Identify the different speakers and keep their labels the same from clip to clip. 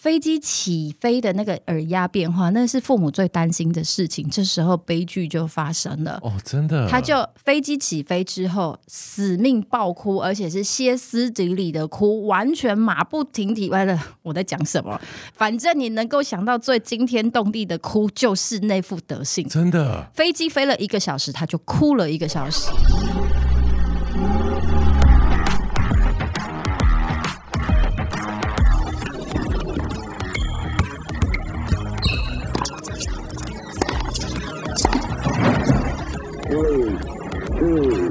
Speaker 1: 飞机起飞的那个耳压变化，那是父母最担心的事情。这时候悲剧就发生了。
Speaker 2: 哦，真的，
Speaker 1: 他就飞机起飞之后，死命爆哭，而且是歇斯底里的哭，完全马不停蹄。完了，我在讲什么？反正你能够想到最惊天动地的哭，就是那副德性。
Speaker 2: 真的，
Speaker 1: 飞机飞了一个小时，他就哭了一个小时。
Speaker 3: three, two,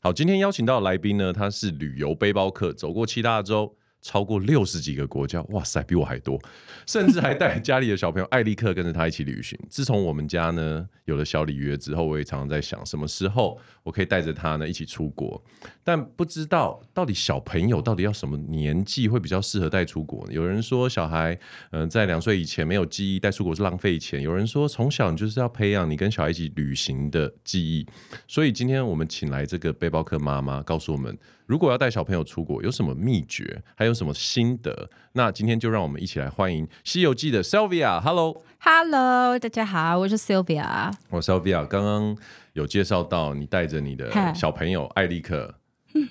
Speaker 2: 好，今天邀请到的来宾呢，他是旅游背包客，走过七大洲，超过六十几个国家，哇塞，比我还多。甚至还带家里的小朋友艾利克跟着他一起旅行。自从我们家呢有了小里约之后，我也常常在想，什么时候我可以带着他呢一起出国？但不知道到底小朋友到底要什么年纪会比较适合带出国呢？有人说小孩嗯、呃在两岁以前没有记忆带出国是浪费钱，有人说从小你就是要培养你跟小孩一起旅行的记忆。所以今天我们请来这个背包客妈妈，告诉我们如果要带小朋友出国，有什么秘诀，还有什么心得？那今天就让我们一起来欢迎《西游记》的 Sylvia。Hello，
Speaker 1: Hello，大家好，我是 Sylvia。
Speaker 2: 我哦 Sylvia 刚刚有介绍到你带着你的
Speaker 1: 嗨
Speaker 2: 小朋友艾利克，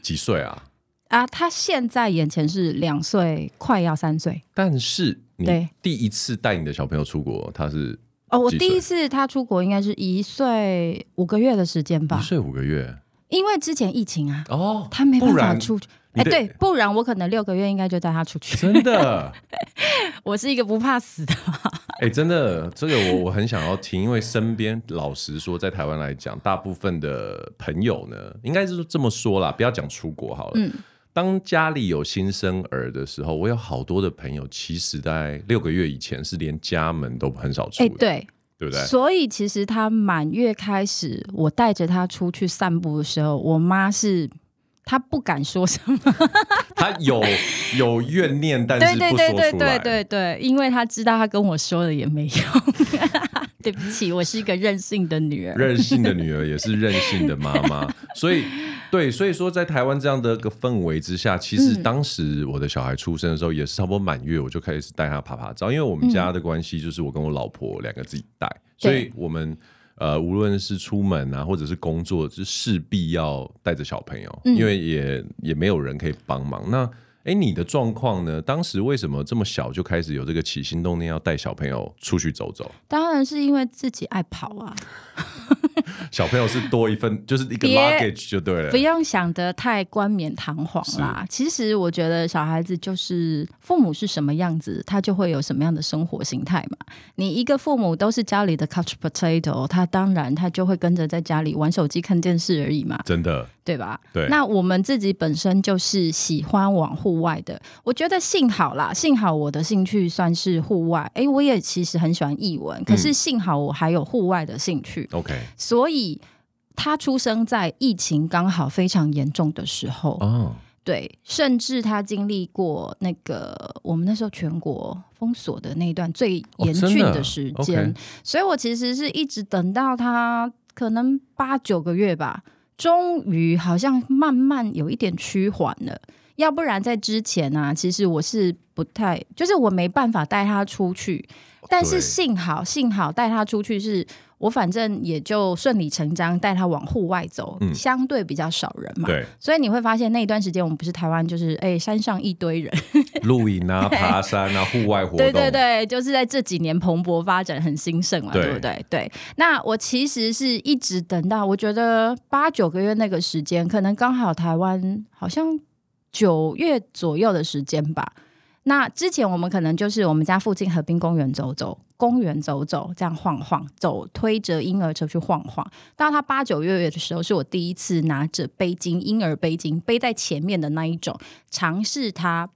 Speaker 2: 几岁啊？
Speaker 1: 啊，他现在眼前是两岁，快要三岁。
Speaker 2: 但是你
Speaker 1: 对
Speaker 2: 第一次带你的小朋友出国，他是
Speaker 1: 哦，我
Speaker 2: 几
Speaker 1: 第
Speaker 2: 岁
Speaker 1: 一次他出国应该是一岁五个月的时间
Speaker 2: 一
Speaker 1: 吧，
Speaker 2: 岁五个月
Speaker 1: 因为之前疫情啊，
Speaker 2: 哦，
Speaker 1: 他没
Speaker 2: 不
Speaker 1: 办法
Speaker 2: 然
Speaker 1: 出去。
Speaker 2: 你
Speaker 1: 哎，
Speaker 2: 的
Speaker 1: 对，不然我可能六个月应该就带他出去。
Speaker 2: 真的。
Speaker 1: 我是一个不怕死的，
Speaker 2: 哎、真的，这个我我很想要听，因为身边老实说，在台湾来讲，大部分的朋友呢，应该是这么说啦，不要讲出国好了。
Speaker 1: 嗯
Speaker 2: 当家里有新生儿的时候，我有好多的朋友，其实在六个月以前是连家门都很少出
Speaker 1: 哎，
Speaker 2: 的，
Speaker 1: 对，
Speaker 2: 对不对？
Speaker 1: 所以其实他满月开始，我带着他出去散步的时候，我妈是她不敢说什么，
Speaker 2: 他有有怨念，但
Speaker 1: 对
Speaker 2: 是
Speaker 1: 对
Speaker 2: 不
Speaker 1: 对
Speaker 2: 说出
Speaker 1: 对
Speaker 2: 来。
Speaker 1: 对对对，因为她知道她跟我说的也没用。 对不起，我是一个任性的女儿。
Speaker 2: 任性的女儿也是任性的妈 妈，所以对，所以说在台湾这样的一个氛围之下，其
Speaker 1: 嗯
Speaker 2: 实当时我的小孩出生的时候，也是差不多满月，我就开始带他爬爬照，因为我们家的关系就是我跟我老婆两个自己带，所以
Speaker 1: 对
Speaker 2: 我们。呃，无论是出门啊，或者是工作，就势必要带着小朋
Speaker 1: 嗯
Speaker 2: 友，因为也也没有人可以帮忙。那哎，你的状况呢？当时为什么这么小就开始有这个起心动念要带小朋友出去走走？
Speaker 1: 当然是因为自己爱跑啊，
Speaker 2: 小朋友是多一份， 就是一个
Speaker 1: 别
Speaker 2: luggage 就对了。
Speaker 1: 不用想得太冠冕堂皇啦。其实我觉得小孩子就是父母是什么样子，他就会有什么样的生活形态嘛。你一个父母都是家里的 couch potato，他当然他就会跟着在家里玩手机、看电视而已嘛，
Speaker 2: 真的，
Speaker 1: 对吧？
Speaker 2: 对
Speaker 1: 那我们自己本身就是喜欢往户外的，我觉得幸好啦，幸好我的兴趣算是户外。诶，我也其实很喜欢译文，可
Speaker 2: 嗯
Speaker 1: 是幸好我还有户外的兴趣。
Speaker 2: ，OK，
Speaker 1: 所以他出生在疫情刚好非常严重的时候，
Speaker 2: 哦，
Speaker 1: 对，甚至他经历过那个我们那时候全国封锁的那一段最严峻
Speaker 2: 哦真的
Speaker 1: 的时间，
Speaker 2: OK
Speaker 1: 所以我其实是一直等到他可能八九个月吧，终于好像慢慢有一点趋缓了。要不然在之前啊，其实我是不太，就是我没办法带他出去，但是
Speaker 2: 哦对
Speaker 1: 幸好幸好带他出去是。我反正也就顺理成章带他往户外走，
Speaker 2: 嗯
Speaker 1: 相对比较少人嘛。
Speaker 2: 对，
Speaker 1: 所以你会发现那一段时间，我们不是台湾，就是哎、山上一堆人，
Speaker 2: 露 营啊，爬山啊，户外活动，
Speaker 1: 对对，对，就是在这几年蓬勃发展很兴盛嘛，
Speaker 2: 对
Speaker 1: 对不对？对。那我其实是一直等到我觉得八九个月那个时间，可能刚好台湾好像九月左右的时间吧。那之前我们可能就是我们家附近河滨公园走走，公园走走，这样晃晃，走推着婴儿车去晃晃。到他八九月的时候，是我第一次拿着背巾，婴儿背巾背在前面的那一种，尝试他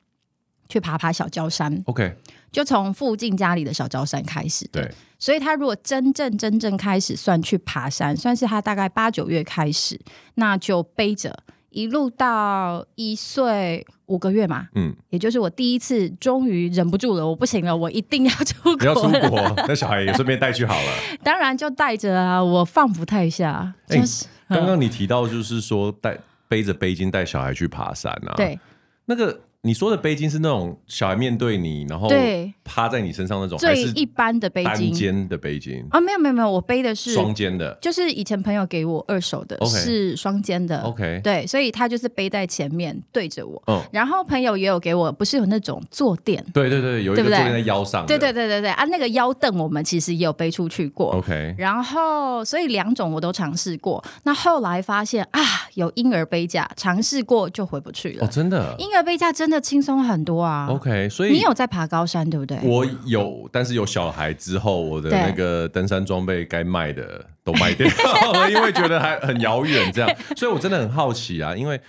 Speaker 1: 去爬爬小礁山，
Speaker 2: OK，
Speaker 1: 就从附近家里的小礁山开始。
Speaker 2: 对，
Speaker 1: 所以他如果真正真正开始算去爬山，算是他大概八九月开始，那就背着一路到一岁五个月嘛，
Speaker 2: 嗯，
Speaker 1: 也就是我第一次终于忍不住了，我不行了，我一定要出
Speaker 2: 你要出
Speaker 1: 国了。
Speaker 2: 国，那小孩也顺便带去好 了。
Speaker 1: 当然就带着啊，我放不太下，
Speaker 2: 哎
Speaker 1: 就是、
Speaker 2: 刚刚你提到就是说带背着背巾带小孩去爬山啊，，
Speaker 1: 对
Speaker 2: 那个你说的背巾是那种小孩面对你，然后
Speaker 1: 对
Speaker 2: 趴在你身上那种，哦还
Speaker 1: 最
Speaker 2: 是
Speaker 1: 一般的背
Speaker 2: 单
Speaker 1: 巾
Speaker 2: 肩的背巾，
Speaker 1: 啊，没有没有没有，我背的是
Speaker 2: 双肩的
Speaker 1: 就是以前朋友给我二手的
Speaker 2: OK
Speaker 1: 是双肩的
Speaker 2: ，OK，
Speaker 1: 对，所以他就是背在前面对着我。
Speaker 2: 嗯，
Speaker 1: 然后朋友也有给我，不是有那种坐垫，
Speaker 2: 对对对，有一个
Speaker 1: 对不
Speaker 2: 坐
Speaker 1: 对
Speaker 2: 垫在腰上的，
Speaker 1: 对对对对对啊，那个腰凳我们其实也有背出去过。
Speaker 2: ，OK，
Speaker 1: 然后，所以两种我都尝试过。那后来发现啊，有婴儿杯架，尝试过就回不去了。
Speaker 2: 哦，真的
Speaker 1: 婴儿杯架真的轻松很多啊。
Speaker 2: ，OK，所以
Speaker 1: 你有在爬高山对不对？
Speaker 2: 我有，但是有小孩之后，我的
Speaker 1: 对
Speaker 2: 那个登山装备该卖的都卖掉了，因为觉得还很遥 远，这样，所以我真的很好奇啊，因为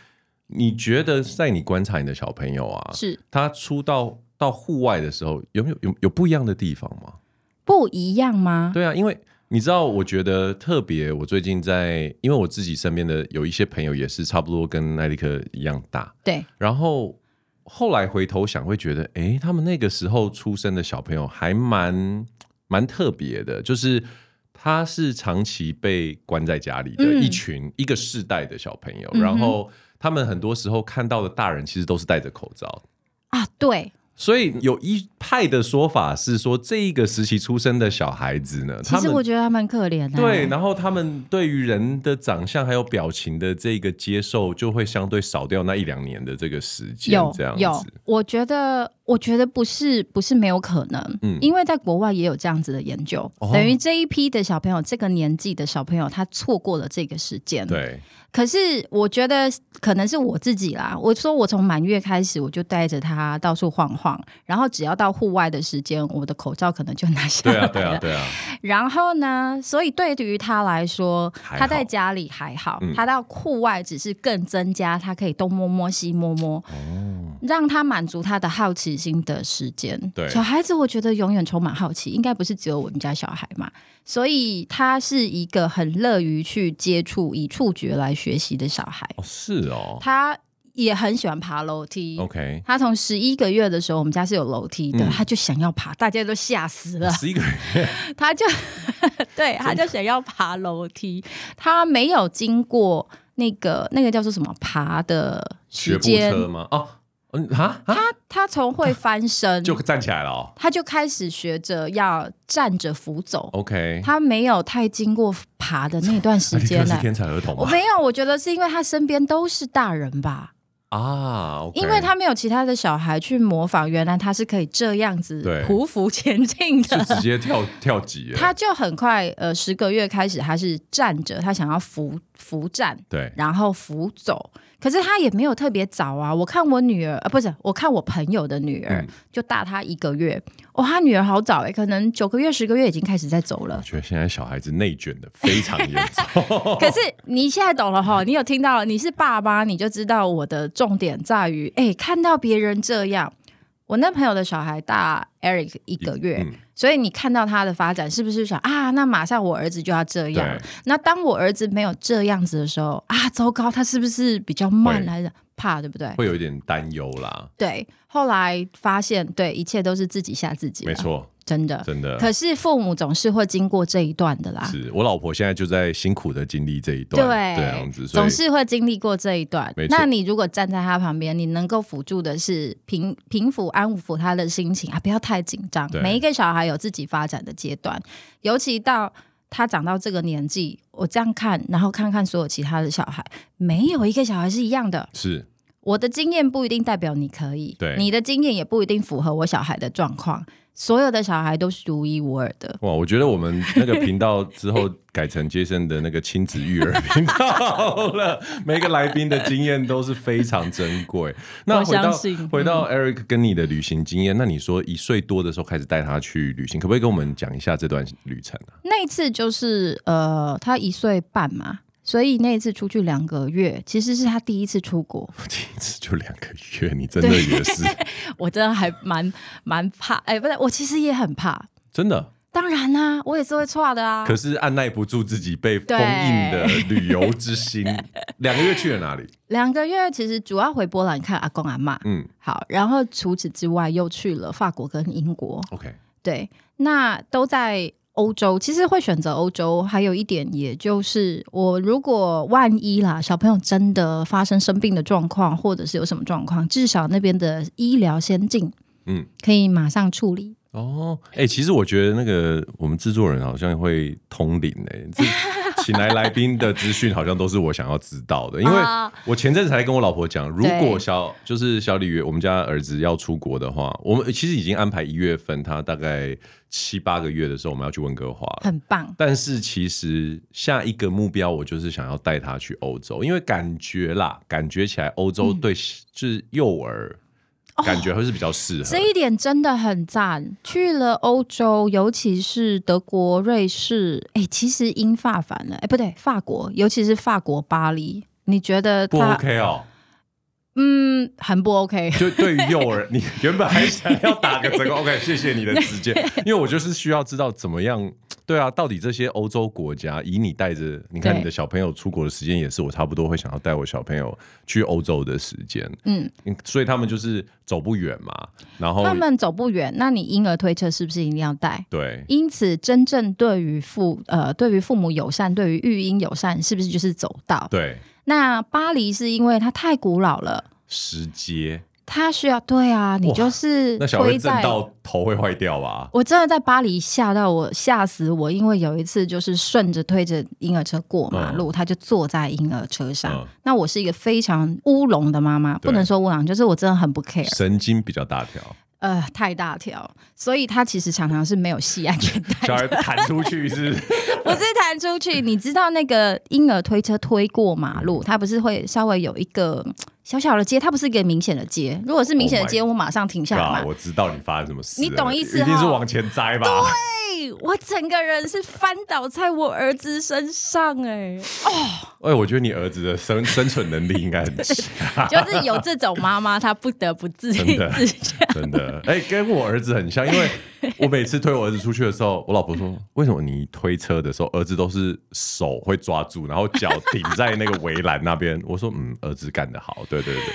Speaker 2: 你觉得在你观察你的小朋友啊，
Speaker 1: 是
Speaker 2: 他出到到户外的时候，有没有有有不一样的地方吗？
Speaker 1: 不一样吗？
Speaker 2: 对啊，因为你知道，我觉得特别，我最近在，因为我自己身边的有一些朋友也是差不多跟艾利克一样大，
Speaker 1: 对，
Speaker 2: 然后后来回头想，会觉得，诶，他们那个时候出生的小朋友还蛮蛮特别的，就是他是长期被关在家里的
Speaker 1: 嗯
Speaker 2: 一群、一个世代的小朋友，
Speaker 1: 嗯哼
Speaker 2: 然后他们很多时候看到的大人其实都是戴着口罩。
Speaker 1: 啊，对，
Speaker 2: 所以有一派的说法是说，这一个时期出生的小孩子呢，
Speaker 1: 其
Speaker 2: 他
Speaker 1: 实我
Speaker 2: 们
Speaker 1: 觉得他们可怜、啊。
Speaker 2: 对，然后他们对于人的长相还有表情的这个接受，就会相对少掉那一两年的这个时间，
Speaker 1: 有
Speaker 2: 这样
Speaker 1: 有
Speaker 2: 子。，
Speaker 1: 我觉得我觉得不是不是没有可能，
Speaker 2: 嗯
Speaker 1: 因为在国外也有这样子的研究，
Speaker 2: 哦
Speaker 1: 等于这一批的小朋友，这个年纪的小朋友，他错过了这个时间。，
Speaker 2: 对，
Speaker 1: 可是我觉得可能是我自己啦，我说我从满月开始，我就带着他到处晃晃，然后只要到户外的时间，我的口罩可能就拿下
Speaker 2: 对
Speaker 1: 来
Speaker 2: 啊，
Speaker 1: 了。
Speaker 2: 对啊，对啊，
Speaker 1: 然后呢，所以对于他来说，
Speaker 2: 还好
Speaker 1: 他在家里还好，
Speaker 2: 嗯
Speaker 1: 他到户外只是更增加他可以东摸摸西摸摸，让他满足他的好奇心的时间。
Speaker 2: 哦对
Speaker 1: 小孩子我觉得永远充满好奇，应该不是只有我们家小孩嘛，所以他是一个很乐于去接触以触觉来学习的小孩，
Speaker 2: 哦，是哦
Speaker 1: 他也很喜欢爬楼梯。
Speaker 2: ，OK，
Speaker 1: 他从十一个月的时候，我们家是有楼梯的，
Speaker 2: 嗯
Speaker 1: 他就想要爬，大家都吓死了。
Speaker 2: 十一个月，
Speaker 1: 他就 对，他就想要爬楼梯，他没有经过那个那个叫做什么爬的
Speaker 2: 学
Speaker 1: 时
Speaker 2: 步
Speaker 1: 间，
Speaker 2: 车吗？哦，嗯啊啊，
Speaker 1: 他从会翻身，
Speaker 2: 就站起来了哦
Speaker 1: 他就开始学着要站着扶走，
Speaker 2: ，OK，啊
Speaker 1: 他没有太经过爬的那段时间
Speaker 2: 你
Speaker 1: 呢
Speaker 2: 是。天才儿童啊
Speaker 1: 我
Speaker 2: 吗？
Speaker 1: 没有，我觉得是因为他身边都是大人吧，
Speaker 2: 啊，OK，
Speaker 1: 因为他没有其他的小孩去模仿，原来他是可以这样子
Speaker 2: 对
Speaker 1: 匍匐前进的，
Speaker 2: 就直接跳跳级耶，
Speaker 1: 他就很快，呃，十个月开始，他是站着，他想要扶扶站，
Speaker 2: 对
Speaker 1: 然后扶走。可是他也没有特别早啊。我看我女儿，呃，不是，我看我朋友的女儿，
Speaker 2: 嗯
Speaker 1: 就大她一个月。哦，她女儿好早哎、可能九个月、十个月已经开始在走了。
Speaker 2: 我。觉得现在小孩子内卷的非常严重
Speaker 1: 可是你现在懂了哈，你有听到了，你是爸妈，你就知道我的重点在于，哎、看到别人这样。我那朋友的小孩大 Eric 一个月，
Speaker 2: 嗯
Speaker 1: 所以你看到他的发展，是不是想啊？那马上我儿子就要这样了
Speaker 2: 对？
Speaker 1: 那当我儿子没有这样子的时候啊，糟糕，他是不是比较慢
Speaker 2: 会
Speaker 1: 还是怕，对不对？
Speaker 2: 会有一点担忧啦，
Speaker 1: 对。后来发现，对，一切都是自啊呃己吓自己，
Speaker 2: 没，错，
Speaker 1: 真的。
Speaker 2: 真的。
Speaker 1: 可是父母总是会经过这一段的啦，
Speaker 2: 是我老婆现在就在辛苦的经历这一段，
Speaker 1: 啊对，
Speaker 2: 这样子，所
Speaker 1: 总
Speaker 2: 以
Speaker 1: 是会经历过这一段
Speaker 2: 没。错
Speaker 1: 那你如果站在他旁边，你能够辅助的是平平抚、安抚他的心情啊，不要太紧张
Speaker 2: 对。
Speaker 1: 每一个小孩有自己发展的阶段，尤其到他长到这个年纪，我这样看，然后看看所有其他的小孩，没有一个小孩是一样的。
Speaker 2: 是
Speaker 1: 我的经验不一定代表你可以，
Speaker 2: 对
Speaker 1: 你的经验也不一定符合我小孩的状况。所有的小孩都是独一无二的。
Speaker 2: 哇，我觉得我们那个频道 之后改成杰森的那个亲子育儿 频道了，每个来宾的经验都是非常珍贵。那
Speaker 1: 我
Speaker 2: 回到
Speaker 1: 相信嗯
Speaker 2: 回到 Eric 跟你的旅行经验，那你说一岁多的时候开始带他去旅行，可不可以跟我们讲一下这段旅程啊？
Speaker 1: 那一次就是呃，他一岁半嘛，所以那一次出去两个月，其实是他第一次出国，
Speaker 2: 一次就两个月，你真的也是
Speaker 1: 我真的还蛮蛮怕，哎、不是，我其实也很怕。
Speaker 2: 真的，
Speaker 1: 当然啦、我也是会错的啊。
Speaker 2: 可是按耐不住自己被封印的旅游之心。两个月去了哪里？
Speaker 1: 两个月其实主要回波兰看阿公阿妈，
Speaker 2: 嗯
Speaker 1: 好，然后除此之外又去了法国跟英国，
Speaker 2: ，OK，
Speaker 1: 对，那都在欧洲。其实会选择欧洲，还有一点，也就是我如果万一啦，小朋友真的发生生病的状况，或者是有什么状况，至少那边的医疗先进，
Speaker 2: 嗯，
Speaker 1: 可以马上处理。
Speaker 2: 哦，哎、其实我觉得那个我们制作人好像会通灵哎、 这请来来宾的资讯好像都是我想要知道的，因为
Speaker 1: 啊
Speaker 2: 我前阵子才跟我老婆讲，如果
Speaker 1: 对
Speaker 2: 小就是小李我们家儿子要出国的话，我们其实已经安排一月份，他大概七八个月的时候我们要去温哥华了。
Speaker 1: 很棒，
Speaker 2: 但是其实下一个目标，我就是想要带他去欧洲，因为感觉啦，感觉起来欧
Speaker 1: 嗯
Speaker 2: 洲对、就是幼儿
Speaker 1: 哦
Speaker 2: 感觉会是比较适合。
Speaker 1: 这一点真的很赞。去了欧洲，尤其是德国、瑞士，哎，其实英法反了，哎，不对，法国，尤其是法国巴黎，你觉得
Speaker 2: 不
Speaker 1: 它
Speaker 2: OK 哦，
Speaker 1: 嗯很不 OK？
Speaker 2: 就对于幼儿，你原本还想要打个折扣，OK，谢谢你的直接，因为我就是需要知道怎么样，对啊，到底这些欧洲国家，以你带着，你看
Speaker 1: 对
Speaker 2: 你的小朋友出国的时间也是我差不多会想要带我小朋友去欧洲的时间，
Speaker 1: 嗯，
Speaker 2: 所以他们就是走不远嘛，然后
Speaker 1: 他们走不远，那你婴儿推车是不是一定要带？
Speaker 2: 对，
Speaker 1: 因此，真正对于父呃，对于父母友善，对于育婴友善，是不是就是走道？
Speaker 2: 对，
Speaker 1: 那巴黎是因为它太古老了，
Speaker 2: 时接，
Speaker 1: 它需要对啊，你
Speaker 2: 哇
Speaker 1: 就是
Speaker 2: 那小孩
Speaker 1: 推
Speaker 2: 震
Speaker 1: 在。
Speaker 2: 到头会坏掉吧？
Speaker 1: 我真的在巴黎吓到我，吓死我！因为有一次就是顺着推着婴儿车过马路，他就坐在婴儿车上。
Speaker 2: 嗯
Speaker 1: 那我是一个非常乌龙的妈妈，
Speaker 2: 对
Speaker 1: 不能说乌龙，就是我真的很不 care。
Speaker 2: 神经比较大条，
Speaker 1: 呃，太大条，所以他其实常常是没有系安全带的，
Speaker 2: 小孩弹出去是不是
Speaker 1: 不是弹出去。你知道那个婴儿推车推过马路，它不是会稍微有一个嗯小小的街，它不是一个明显的街。如果是明显的街
Speaker 2: Oh
Speaker 1: 我马上停下来
Speaker 2: 啊，
Speaker 1: 嘛。
Speaker 2: 我知道你发生什么事了，
Speaker 1: 你懂意思
Speaker 2: 一定是
Speaker 1: 哦
Speaker 2: 往前栽吧？
Speaker 1: 哎我整个人是翻倒在我儿子身上、
Speaker 2: 哎，我觉得你儿子的生生存能力应 该很强，
Speaker 1: 哎，就是有这种妈妈，她不得不自
Speaker 2: 真
Speaker 1: 己
Speaker 2: 的
Speaker 1: 自强。
Speaker 2: 真的。哎，跟我儿子很像，因为我每次推我儿子出去的时候，我老婆说：“为什么你推车的时候，儿子都是手会抓住，然后脚顶在那个围栏那边？”我说：“嗯，儿子干得好，对对对，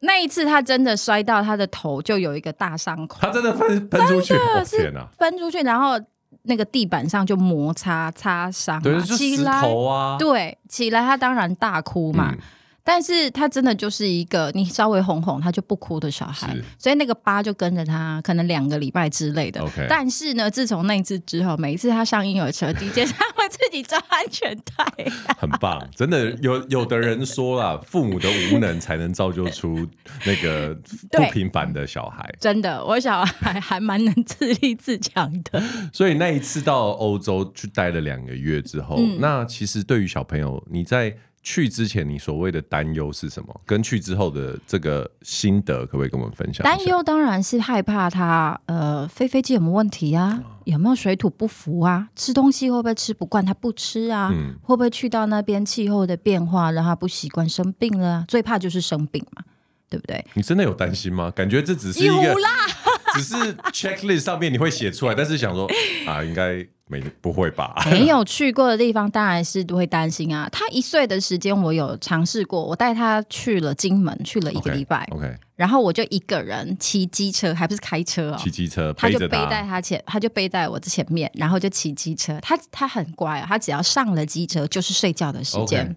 Speaker 1: 那一次，她真的摔到她的头，就有一个大伤口
Speaker 2: 他，真的喷喷出去，我、
Speaker 1: 是
Speaker 2: 天哪！
Speaker 1: 翻出去，然后那个地板上就摩擦擦伤、啊，
Speaker 2: 对，就
Speaker 1: 起
Speaker 2: 石
Speaker 1: 来
Speaker 2: 头啊，
Speaker 1: 对，起来他当然大哭嘛，
Speaker 2: 嗯
Speaker 1: 但是他真的就是一个你稍微哄哄他就不哭的小孩
Speaker 2: 是，
Speaker 1: 所以那个疤就跟着他可能两个礼拜之类的。
Speaker 2: OK
Speaker 1: 但是呢，自从那一次之后，每一次他上婴儿车，第一件事他会自己抓安全 带。
Speaker 2: 很棒，真 的有有的人说啦，父母的无能才能造就出那个不
Speaker 1: 对
Speaker 2: 平凡的小孩。
Speaker 1: 真的，我小孩还蛮能自立自强的。
Speaker 2: 所以那一次到欧洲去待了两个月之后，
Speaker 1: 嗯
Speaker 2: 那其实对于小朋友，你在去之前你所谓的担忧是什么？跟去之后的这个心得，可不可以跟我们分享？
Speaker 1: 担，忧当然是害怕他呃飞飞机有没有问题啊，有没有水土不服啊，吃东西会不会吃不惯，他不吃啊，
Speaker 2: 嗯
Speaker 1: 会不会去到那边气候的变化让他不习惯生病了、啊？最怕就是生病嘛，对不对？
Speaker 2: 你真的有担心吗？感觉这只是一
Speaker 1: 有
Speaker 2: 个， 只是 checklist 上面你会写出来，但是想说啊，应该没不会吧？
Speaker 1: 没有去过的地方当然是会担心啊。他一岁的时间我有尝试过，我带他去了金门，去 了一个礼拜
Speaker 2: OK，
Speaker 1: 然后我就一个人骑机车，还不是开车哦，
Speaker 2: 骑机车
Speaker 1: 他
Speaker 2: 背
Speaker 1: 就
Speaker 2: 着
Speaker 1: 背在他前，他就背在我的前面，然后就骑机车。他他很乖、哦，他只要上了机车就是睡觉的时间
Speaker 2: OK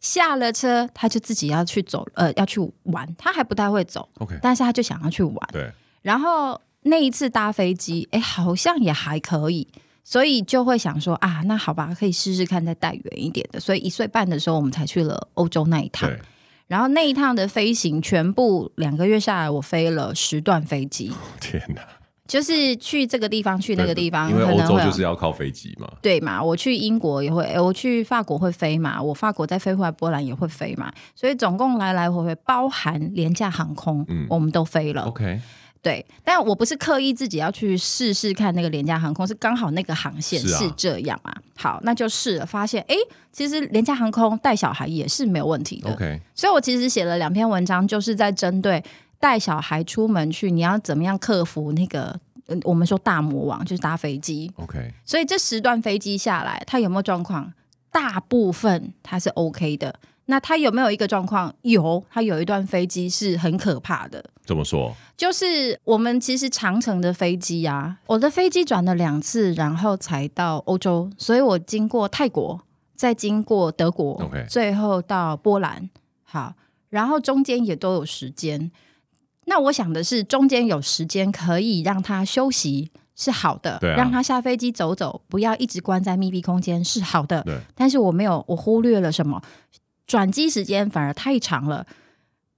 Speaker 1: 下了车他就自己要去走，呃，要去玩。他还不太会走
Speaker 2: OK
Speaker 1: 但是他就想要去玩。
Speaker 2: 对，
Speaker 1: 然后那一次搭飞机，哎，好像也还可以，所以就会想说啊，那好吧，可以试试看再带远一点的。所以一岁半的时候，我们才去了欧洲那一趟
Speaker 2: 对。
Speaker 1: 然后那一趟的飞行，全部两个月下来，我飞了十段飞机。
Speaker 2: 天哪，
Speaker 1: 就是去这个地方，去那个地方，
Speaker 2: 因为
Speaker 1: 可
Speaker 2: 欧
Speaker 1: 能
Speaker 2: 洲
Speaker 1: 会有
Speaker 2: 就是要靠飞机嘛。
Speaker 1: 对嘛？我去英国也会，诶我去法国会飞嘛，我法国再飞回来波兰也会飞嘛，所以总共来来回回，包含廉价航空，
Speaker 2: 嗯
Speaker 1: 我们都飞了。
Speaker 2: OK，
Speaker 1: 对，但我不是刻意自己要去试试看那个廉价航空，是刚好那个航线
Speaker 2: 是啊
Speaker 1: 是这样啊。好，那就试了，发现哎，诶其实廉价航空带小孩也是没有问题的。
Speaker 2: OK，
Speaker 1: 所以我其实写了两篇文章，就是在针对带小孩出门去，你要怎么样克服那个。呃我们说大魔王就是搭飞机，
Speaker 2: OK，
Speaker 1: 所以这十段飞机下来，它有没有状况？大部分它是 OK 的。那它有没有一个状况？有，它有一段飞机是很可怕的，
Speaker 2: 怎么说？
Speaker 1: 就是我们其实长城的飞机啊，我的飞机转了两次，然后才到欧洲，所以我经过泰国，再经过德国
Speaker 2: OK
Speaker 1: 最后到波兰。好，然后中间也都有时间。那我想的是，中间有时间可以让他休息是好的，
Speaker 2: 对啊
Speaker 1: 让他下飞机走走，不要一直关在密闭空间是好的。
Speaker 2: 对，
Speaker 1: 但是我没有，我忽略了什么？转机时间反而太长了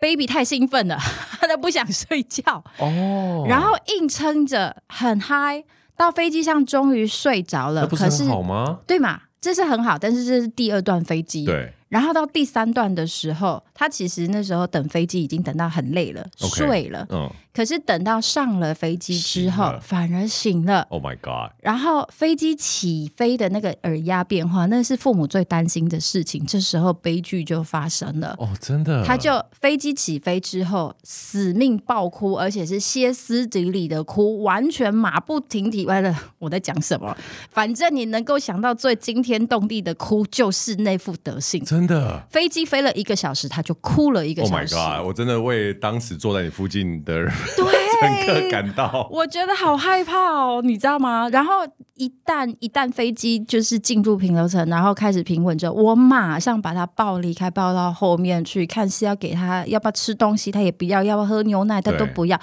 Speaker 1: ，baby 太兴奋了， 他都不想睡觉，
Speaker 2: 哦
Speaker 1: 然后硬撑着很嗨，到飞机上终于睡着
Speaker 2: 那
Speaker 1: 了。
Speaker 2: 不是
Speaker 1: 可是
Speaker 2: 很好吗？
Speaker 1: 对嘛？这是很好，但是这是第二段飞机。。
Speaker 2: 对，
Speaker 1: 然后到第三段的时候，他其实那时候等飞机已经等到很累了
Speaker 2: OK
Speaker 1: 睡了。
Speaker 2: 嗯
Speaker 1: 可是等到上了飞机之
Speaker 2: 醒
Speaker 1: 后
Speaker 2: 了，
Speaker 1: 反而醒了。
Speaker 2: ，Oh my God，
Speaker 1: 然后飞机起飞的那个耳压变化，那是父母最担心的事情。这时候悲剧就发生了，
Speaker 2: 哦，真的，
Speaker 1: 他就飞机起飞之后死命爆哭，而且是歇斯底里的哭，完全马不停蹄。完了，我在讲什么？反正你能够想到最惊天动地的哭，就是那副德 性。
Speaker 2: 真的。
Speaker 1: 飞机飞了一个小时，他就哭了一个
Speaker 2: Oh
Speaker 1: 小
Speaker 2: my
Speaker 1: 时。
Speaker 2: god！我真的为当时坐在你附近的人 乘客
Speaker 1: 对，
Speaker 2: 感到，
Speaker 1: 我觉得好害怕哦，你知道吗？然后一旦一旦飞机就是进入平流层，然后开始平稳之后，我马上把它抱离开，抱到后面去，看是要给他要不要吃东西，他也不要；要不要喝牛奶，他
Speaker 2: 对
Speaker 1: 都不要。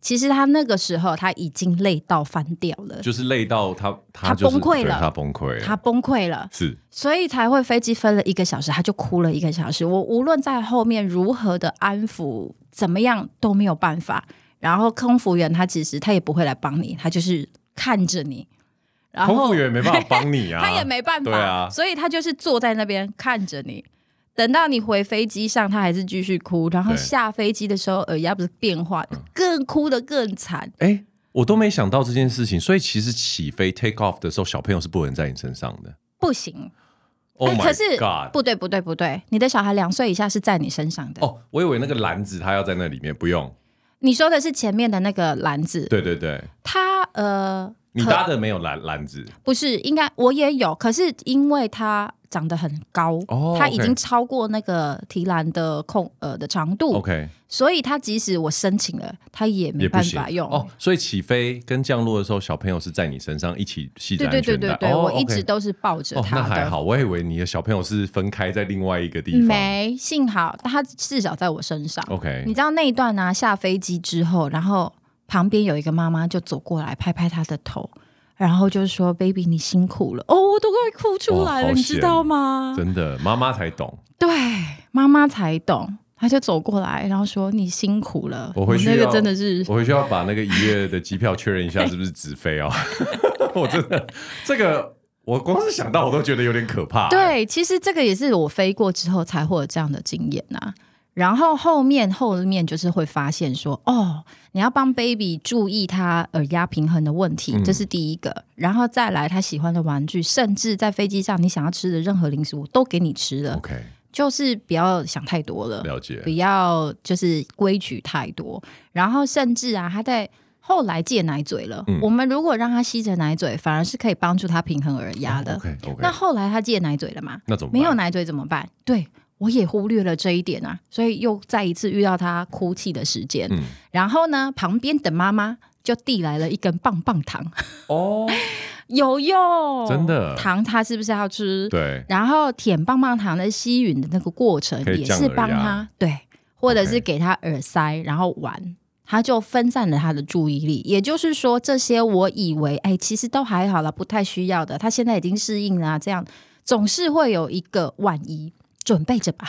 Speaker 1: 其实他那个时候他已经累到翻掉了，
Speaker 2: 就是累到他，他
Speaker 1: 他
Speaker 2: 就是
Speaker 1: 崩溃
Speaker 2: 对
Speaker 1: 了
Speaker 2: 他崩溃了，
Speaker 1: 他崩溃了。
Speaker 2: 是
Speaker 1: 所以才会飞机飞了一个小时，他就哭了一个小时。我无论在后面如何的安抚，怎么样都没有办法。然后空服员他其实他也不会来帮你，他就是看着你，然后
Speaker 2: 空服员没办法帮你 啊，
Speaker 1: 他也没办法，
Speaker 2: 对啊
Speaker 1: 所以他就是坐在那边看着你。等到你回飞机上，他还是继续哭。然后
Speaker 2: 对
Speaker 1: 下飞机的时候，耳压不是变化，
Speaker 2: 嗯
Speaker 1: 更哭的更惨。
Speaker 2: 哎、我都没想到这件事情，所以其实起飞 take off 的时候，小朋友是不能在你身上的。
Speaker 1: 不行，
Speaker 2: Oh
Speaker 1: 哎
Speaker 2: my
Speaker 1: 可是
Speaker 2: god！
Speaker 1: 不对，不对，不对，你的小孩两岁以下是在你身上的。
Speaker 2: 哦，我以为那个篮子他要在那里面，不用。
Speaker 1: 你说的是前面的那个篮子，
Speaker 2: 对对对，
Speaker 1: 它呃，
Speaker 2: 你
Speaker 1: 可
Speaker 2: 搭的没有篮篮子，
Speaker 1: 不是应该我也有，可是因为它长得很高，
Speaker 2: 哦
Speaker 1: 它
Speaker 2: OK
Speaker 1: 已经超过那个提篮的空呃的长度
Speaker 2: OK
Speaker 1: 所以它即使我申请了，它也没
Speaker 2: 也不
Speaker 1: 办
Speaker 2: 行
Speaker 1: 法用。
Speaker 2: 哦。所以起飞跟降落的时候，小朋友是在你身上一起系
Speaker 1: 对
Speaker 2: 着
Speaker 1: 对
Speaker 2: 安
Speaker 1: 对
Speaker 2: 全带。
Speaker 1: 对对，
Speaker 2: 哦
Speaker 1: 我一
Speaker 2: OK
Speaker 1: 直都是抱着
Speaker 2: 哦，那
Speaker 1: 它
Speaker 2: 还
Speaker 1: 的。
Speaker 2: 好，我以为你的小朋友是分开在另外一个地方。
Speaker 1: 没，幸好它至少在我身上。
Speaker 2: OK，
Speaker 1: 你知道那一段呢、啊下飞机之后，然后旁边有一个妈妈就走过来拍拍她的头，然后就说：“baby，你辛苦了。”哦，我都快哭出来
Speaker 2: 哇
Speaker 1: 了，
Speaker 2: 好
Speaker 1: 你知道吗？
Speaker 2: 真的妈妈才懂。
Speaker 1: 对，妈妈才懂，她就走过来，然后说：“你辛苦了。”
Speaker 2: 我回去
Speaker 1: 那
Speaker 2: 要
Speaker 1: 个真的是
Speaker 2: 我回去要把那个一月的机票确认一下是不是直飞 哦。 我真的这个，我光是想到我都觉得有点可怕。，欸
Speaker 1: 对，其实这个也是我飞过之后才会有这样的经验啊。然后后面后面就是会发现说，哦，你要帮 baby 注意他耳压平衡的问题，这
Speaker 2: 嗯
Speaker 1: 是第一个。然后再来他喜欢的玩具，甚至在飞机上你想要吃的任何零食，我都给你吃了。
Speaker 2: OK，
Speaker 1: 就是不要想太多了，
Speaker 2: 了解
Speaker 1: 不。要就是规矩太多。然后甚至啊，他在后来戒奶嘴了，
Speaker 2: 嗯
Speaker 1: 我们如果让他吸着奶嘴，反而是可以帮助他平衡耳压的。
Speaker 2: 哦 OK OK，
Speaker 1: 那后来他戒奶嘴了嘛？
Speaker 2: 那怎么办
Speaker 1: 没有奶嘴怎么办？对我也忽略了这一点啊，所以又再一次遇到他哭泣的时间。
Speaker 2: 嗯
Speaker 1: 然后呢，旁边的妈妈就递来了一根棒棒糖，
Speaker 2: 哦，
Speaker 1: 有用，
Speaker 2: 真的
Speaker 1: 糖他是不是要吃？
Speaker 2: 对，
Speaker 1: 然后舔棒棒糖的吸吮的那个过程
Speaker 2: 可以
Speaker 1: 也
Speaker 2: 降
Speaker 1: 是
Speaker 2: 耳
Speaker 1: 帮
Speaker 2: 压
Speaker 1: 他对，或者
Speaker 2: OK
Speaker 1: 是给他耳塞，然后玩。他就分散了他的注意力，也就是说，这些我以为哎，其实都还好啦，不太需要的。他现在已经适应了啊、这样总是会有一个万一，准备着 吧，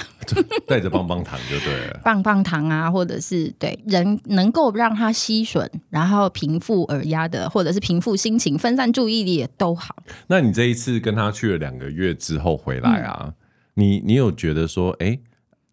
Speaker 2: 带着棒棒糖就对了。
Speaker 1: 棒棒糖啊，或者是对人能够让他吸吮，然后平复耳压的，或者是平复心情、分散注意力也都好。
Speaker 2: 那你这一次跟他去了两个月之后回来啊，
Speaker 1: 嗯
Speaker 2: 你你有觉得说，哎、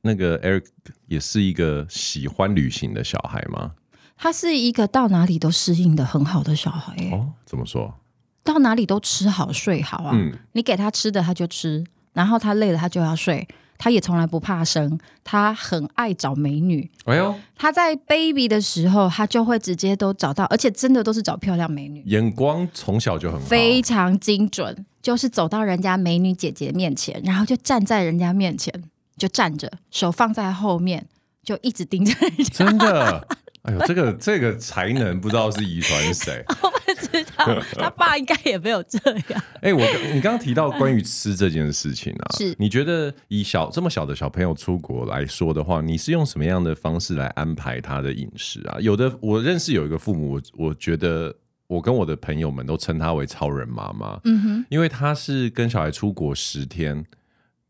Speaker 2: 那个 Eric 也是一个喜欢旅行的小孩吗？
Speaker 1: 他是一个到哪里都适应的很好的小孩、欸
Speaker 2: 哦，怎么说？
Speaker 1: 到哪里都吃好睡好啊。
Speaker 2: 嗯，
Speaker 1: 你给他吃的他就吃，然后他累了他就要睡，他也从来不怕生，他很爱找美女。
Speaker 2: 哎呦，
Speaker 1: 他在 baby 的时候，他就会直接都找到，而且真的都是找漂亮美女，
Speaker 2: 眼光从小就很好，
Speaker 1: 非常精准，就是走到人家美女姐姐面前，然后就站在人家面前，就站着，手放在后面，就一直盯着人家。
Speaker 2: 真的。哎呦，这个这个才能不知道是遗传谁。
Speaker 1: 我不知 道，他爸应该也没有这样。
Speaker 2: 哎、我刚你刚刚提到关于吃这件事情啊，
Speaker 1: 是
Speaker 2: 你觉得以小这么小的小朋友出国来说的话，你是用什么样的方式来安排他的饮食啊？有的我认识有一个父母，我我觉得我跟我的朋友们都称她为超人妈妈，
Speaker 1: 嗯哼，
Speaker 2: 因为她是跟小孩出国十天，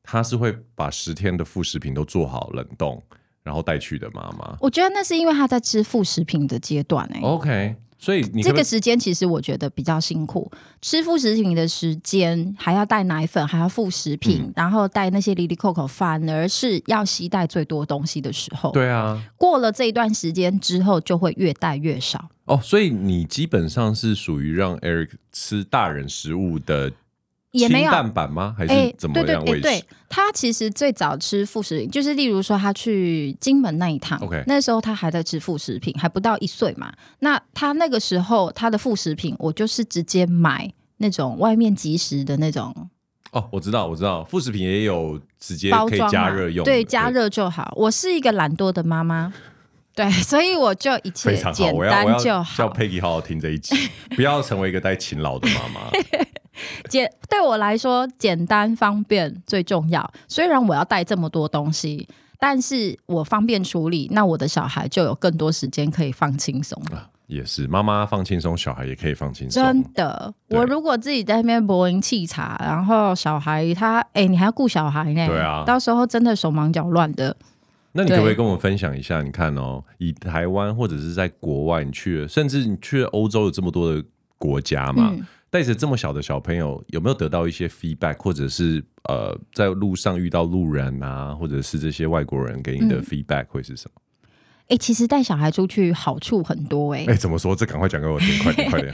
Speaker 2: 她是会把十天的副食品都做好冷冻，然后带去的妈妈。
Speaker 1: 我觉得那是因为他在吃副食品的阶段哎、
Speaker 2: OK，所以你
Speaker 1: 这
Speaker 2: 可不可以
Speaker 1: 个时间其实我觉得比较辛苦，吃副食品的时间还要带奶粉，还要副食品，
Speaker 2: 嗯
Speaker 1: 然后带那些离离扣扣，反而是要携带最多东西的时候。，
Speaker 2: 对啊，
Speaker 1: 过了这一段时间之后，就会越带越少。
Speaker 2: 哦，所以你基本上是属于让 Eric 吃大人食物的
Speaker 1: 也没有
Speaker 2: 清淡版吗？还
Speaker 1: 哎
Speaker 2: 是，怎么
Speaker 1: 对对，
Speaker 2: 样
Speaker 1: 哎
Speaker 2: 喂食？
Speaker 1: 对，他其实最早吃副食品，就是例如说他去金门那一趟
Speaker 2: OK
Speaker 1: 那时候他还在吃副食品，还不到一岁嘛。那他那个时候他的副食品，我就是直接买那种外面即食的那种
Speaker 2: 哦，我知道，我知道，副食品也有直接
Speaker 1: 包
Speaker 2: 可以
Speaker 1: 装
Speaker 2: 加
Speaker 1: 嘛
Speaker 2: 热用的，
Speaker 1: 对，加热就好。我是一个懒惰的妈妈，对，所以我就一切
Speaker 2: 非常好。
Speaker 1: 简
Speaker 2: 我要我
Speaker 1: 单
Speaker 2: 要
Speaker 1: 就
Speaker 2: 叫
Speaker 1: 好。
Speaker 2: Peggy 好好听这一集， 不要成为一个带勤劳的妈妈。
Speaker 1: 简对我来说，简单方便最重要。虽然我要带这么多东西，但是我方便处理，那我的小孩就有更多时间可以放轻松。
Speaker 2: 啊也是，妈妈放轻松，小孩也可以放轻松
Speaker 1: 真。的，
Speaker 2: 对
Speaker 1: 我如果自己在那边博音气茶，然后小孩他，哎、你还要顾小孩呢，
Speaker 2: 对啊
Speaker 1: 到时候真的手忙脚乱的。
Speaker 2: 那你可不可
Speaker 1: 对
Speaker 2: 以跟我们分享一下？你看哦，以台湾或者是在国外，你去了，甚至你去了欧洲有这么多的国家嘛，
Speaker 1: 嗯
Speaker 2: 带着这么小的小朋友，有没有得到一些 feedback，或者是呃，在路上遇到路人啊，或者是这些外国人给你的
Speaker 1: 嗯
Speaker 2: feedback 会是什么？
Speaker 1: 哎、其实带小孩出去好处很多、诶。哎、
Speaker 2: 哎、怎么说？这赶快讲给我听，快点，快点。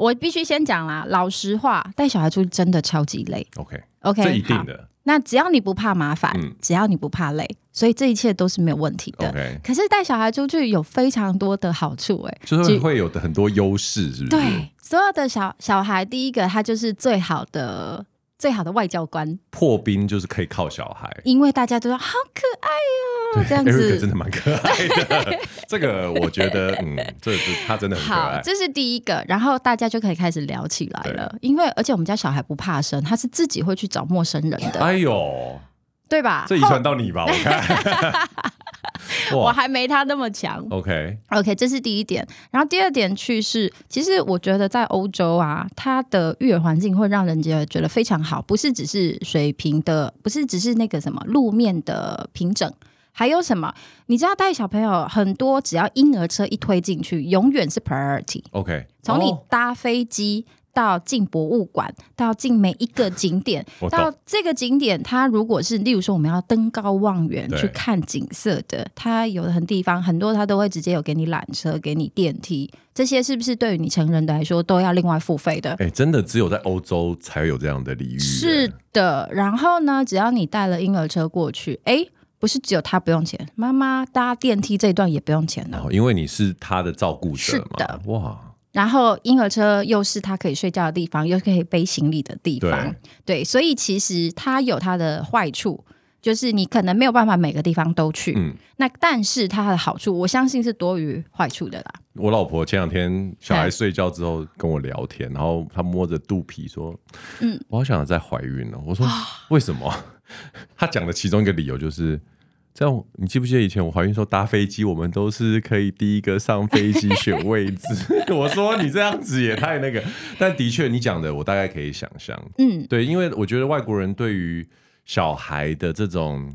Speaker 1: 我必须先讲啦，老实话，带小孩出去真的超级累。
Speaker 2: 哦 OK，
Speaker 1: OK，
Speaker 2: 这一定
Speaker 1: 好。
Speaker 2: 的。
Speaker 1: 那只要你不怕麻烦，
Speaker 2: 嗯
Speaker 1: 只要你不怕累，所以这一切都是没有问题的。
Speaker 2: OK，
Speaker 1: 可是带小孩出去有非常多的好处、欸，
Speaker 2: 就是
Speaker 1: 只
Speaker 2: 会有很多优势，是不是？
Speaker 1: 对，所有的小小孩，第一个他就是最好的。最好的外交官，
Speaker 2: 破冰就是可以靠小孩。
Speaker 1: 因为大家都说好可爱哦、这样
Speaker 2: Eric 真
Speaker 1: 子。
Speaker 2: 的蛮可爱的，这个我觉得，嗯，这是他真的很可
Speaker 1: 好，
Speaker 2: 爱。
Speaker 1: 这是第一个，然后大家就可以开始聊起来了。因为而且我们家小孩不怕生，他是自己会去找陌生人的，啊
Speaker 2: 哎呦，
Speaker 1: 对吧？
Speaker 2: 这遗传到你吧？我 看，
Speaker 1: 后我
Speaker 2: 哇
Speaker 1: 还没他那么强。
Speaker 2: ，OK，
Speaker 1: OK，这是第一点。然后第二点去是，其实我觉得在欧洲啊，它的育儿环境会让人家觉得非常好，不是只是水平的，不是只是那个什么路面的平整。还有什么？你知道带小朋友很多，只要婴儿车一推进去，永远是 priority。
Speaker 2: OK，
Speaker 1: 从你
Speaker 2: 哦
Speaker 1: 搭飞机到进博物馆，到进每一个景点
Speaker 2: 我，懂
Speaker 1: 到这个景点，它如果是例如说我们要登高望远
Speaker 2: 对
Speaker 1: 去看景色的，它有的很地方很多它都会直接有给你缆车、给你电梯，这些是不是对于你成人的来说都要另外付费的？
Speaker 2: 哎、真的只有在欧洲才有这样的礼遇、
Speaker 1: 是
Speaker 2: 哎
Speaker 1: 的，然后呢，只要你带了婴儿车过去，哎，不是只有他不用钱，妈妈搭电梯这一段也不用钱哦的
Speaker 2: 然。后因为你是他的照顾者
Speaker 1: 是
Speaker 2: 嘛，
Speaker 1: 的
Speaker 2: 哇，
Speaker 1: 然后婴儿车又是他可以睡觉的地方，又可以背行李的地方，对，所以其实它有它的坏处，就是你可能没有办法每个地方都去，
Speaker 2: 嗯
Speaker 1: 那但是它的好处，我相信是多于坏处的啦。
Speaker 2: 我老婆前两天小孩
Speaker 1: 嗨
Speaker 2: 睡觉之后跟我聊天，然后她摸着肚皮说：“嗯
Speaker 1: 嗯，
Speaker 2: 我好想再怀孕哦。”我说：“为什么？” 她讲的其中一个理由就是。这样，你记不记得以前我怀孕的时候搭飞机，我们都是可以第一个上飞机选位置。 我说你这样子也太那个，但的确你讲的我大概可以想象。
Speaker 1: 嗯，
Speaker 2: 对，因为我觉得外国人对于小孩的这种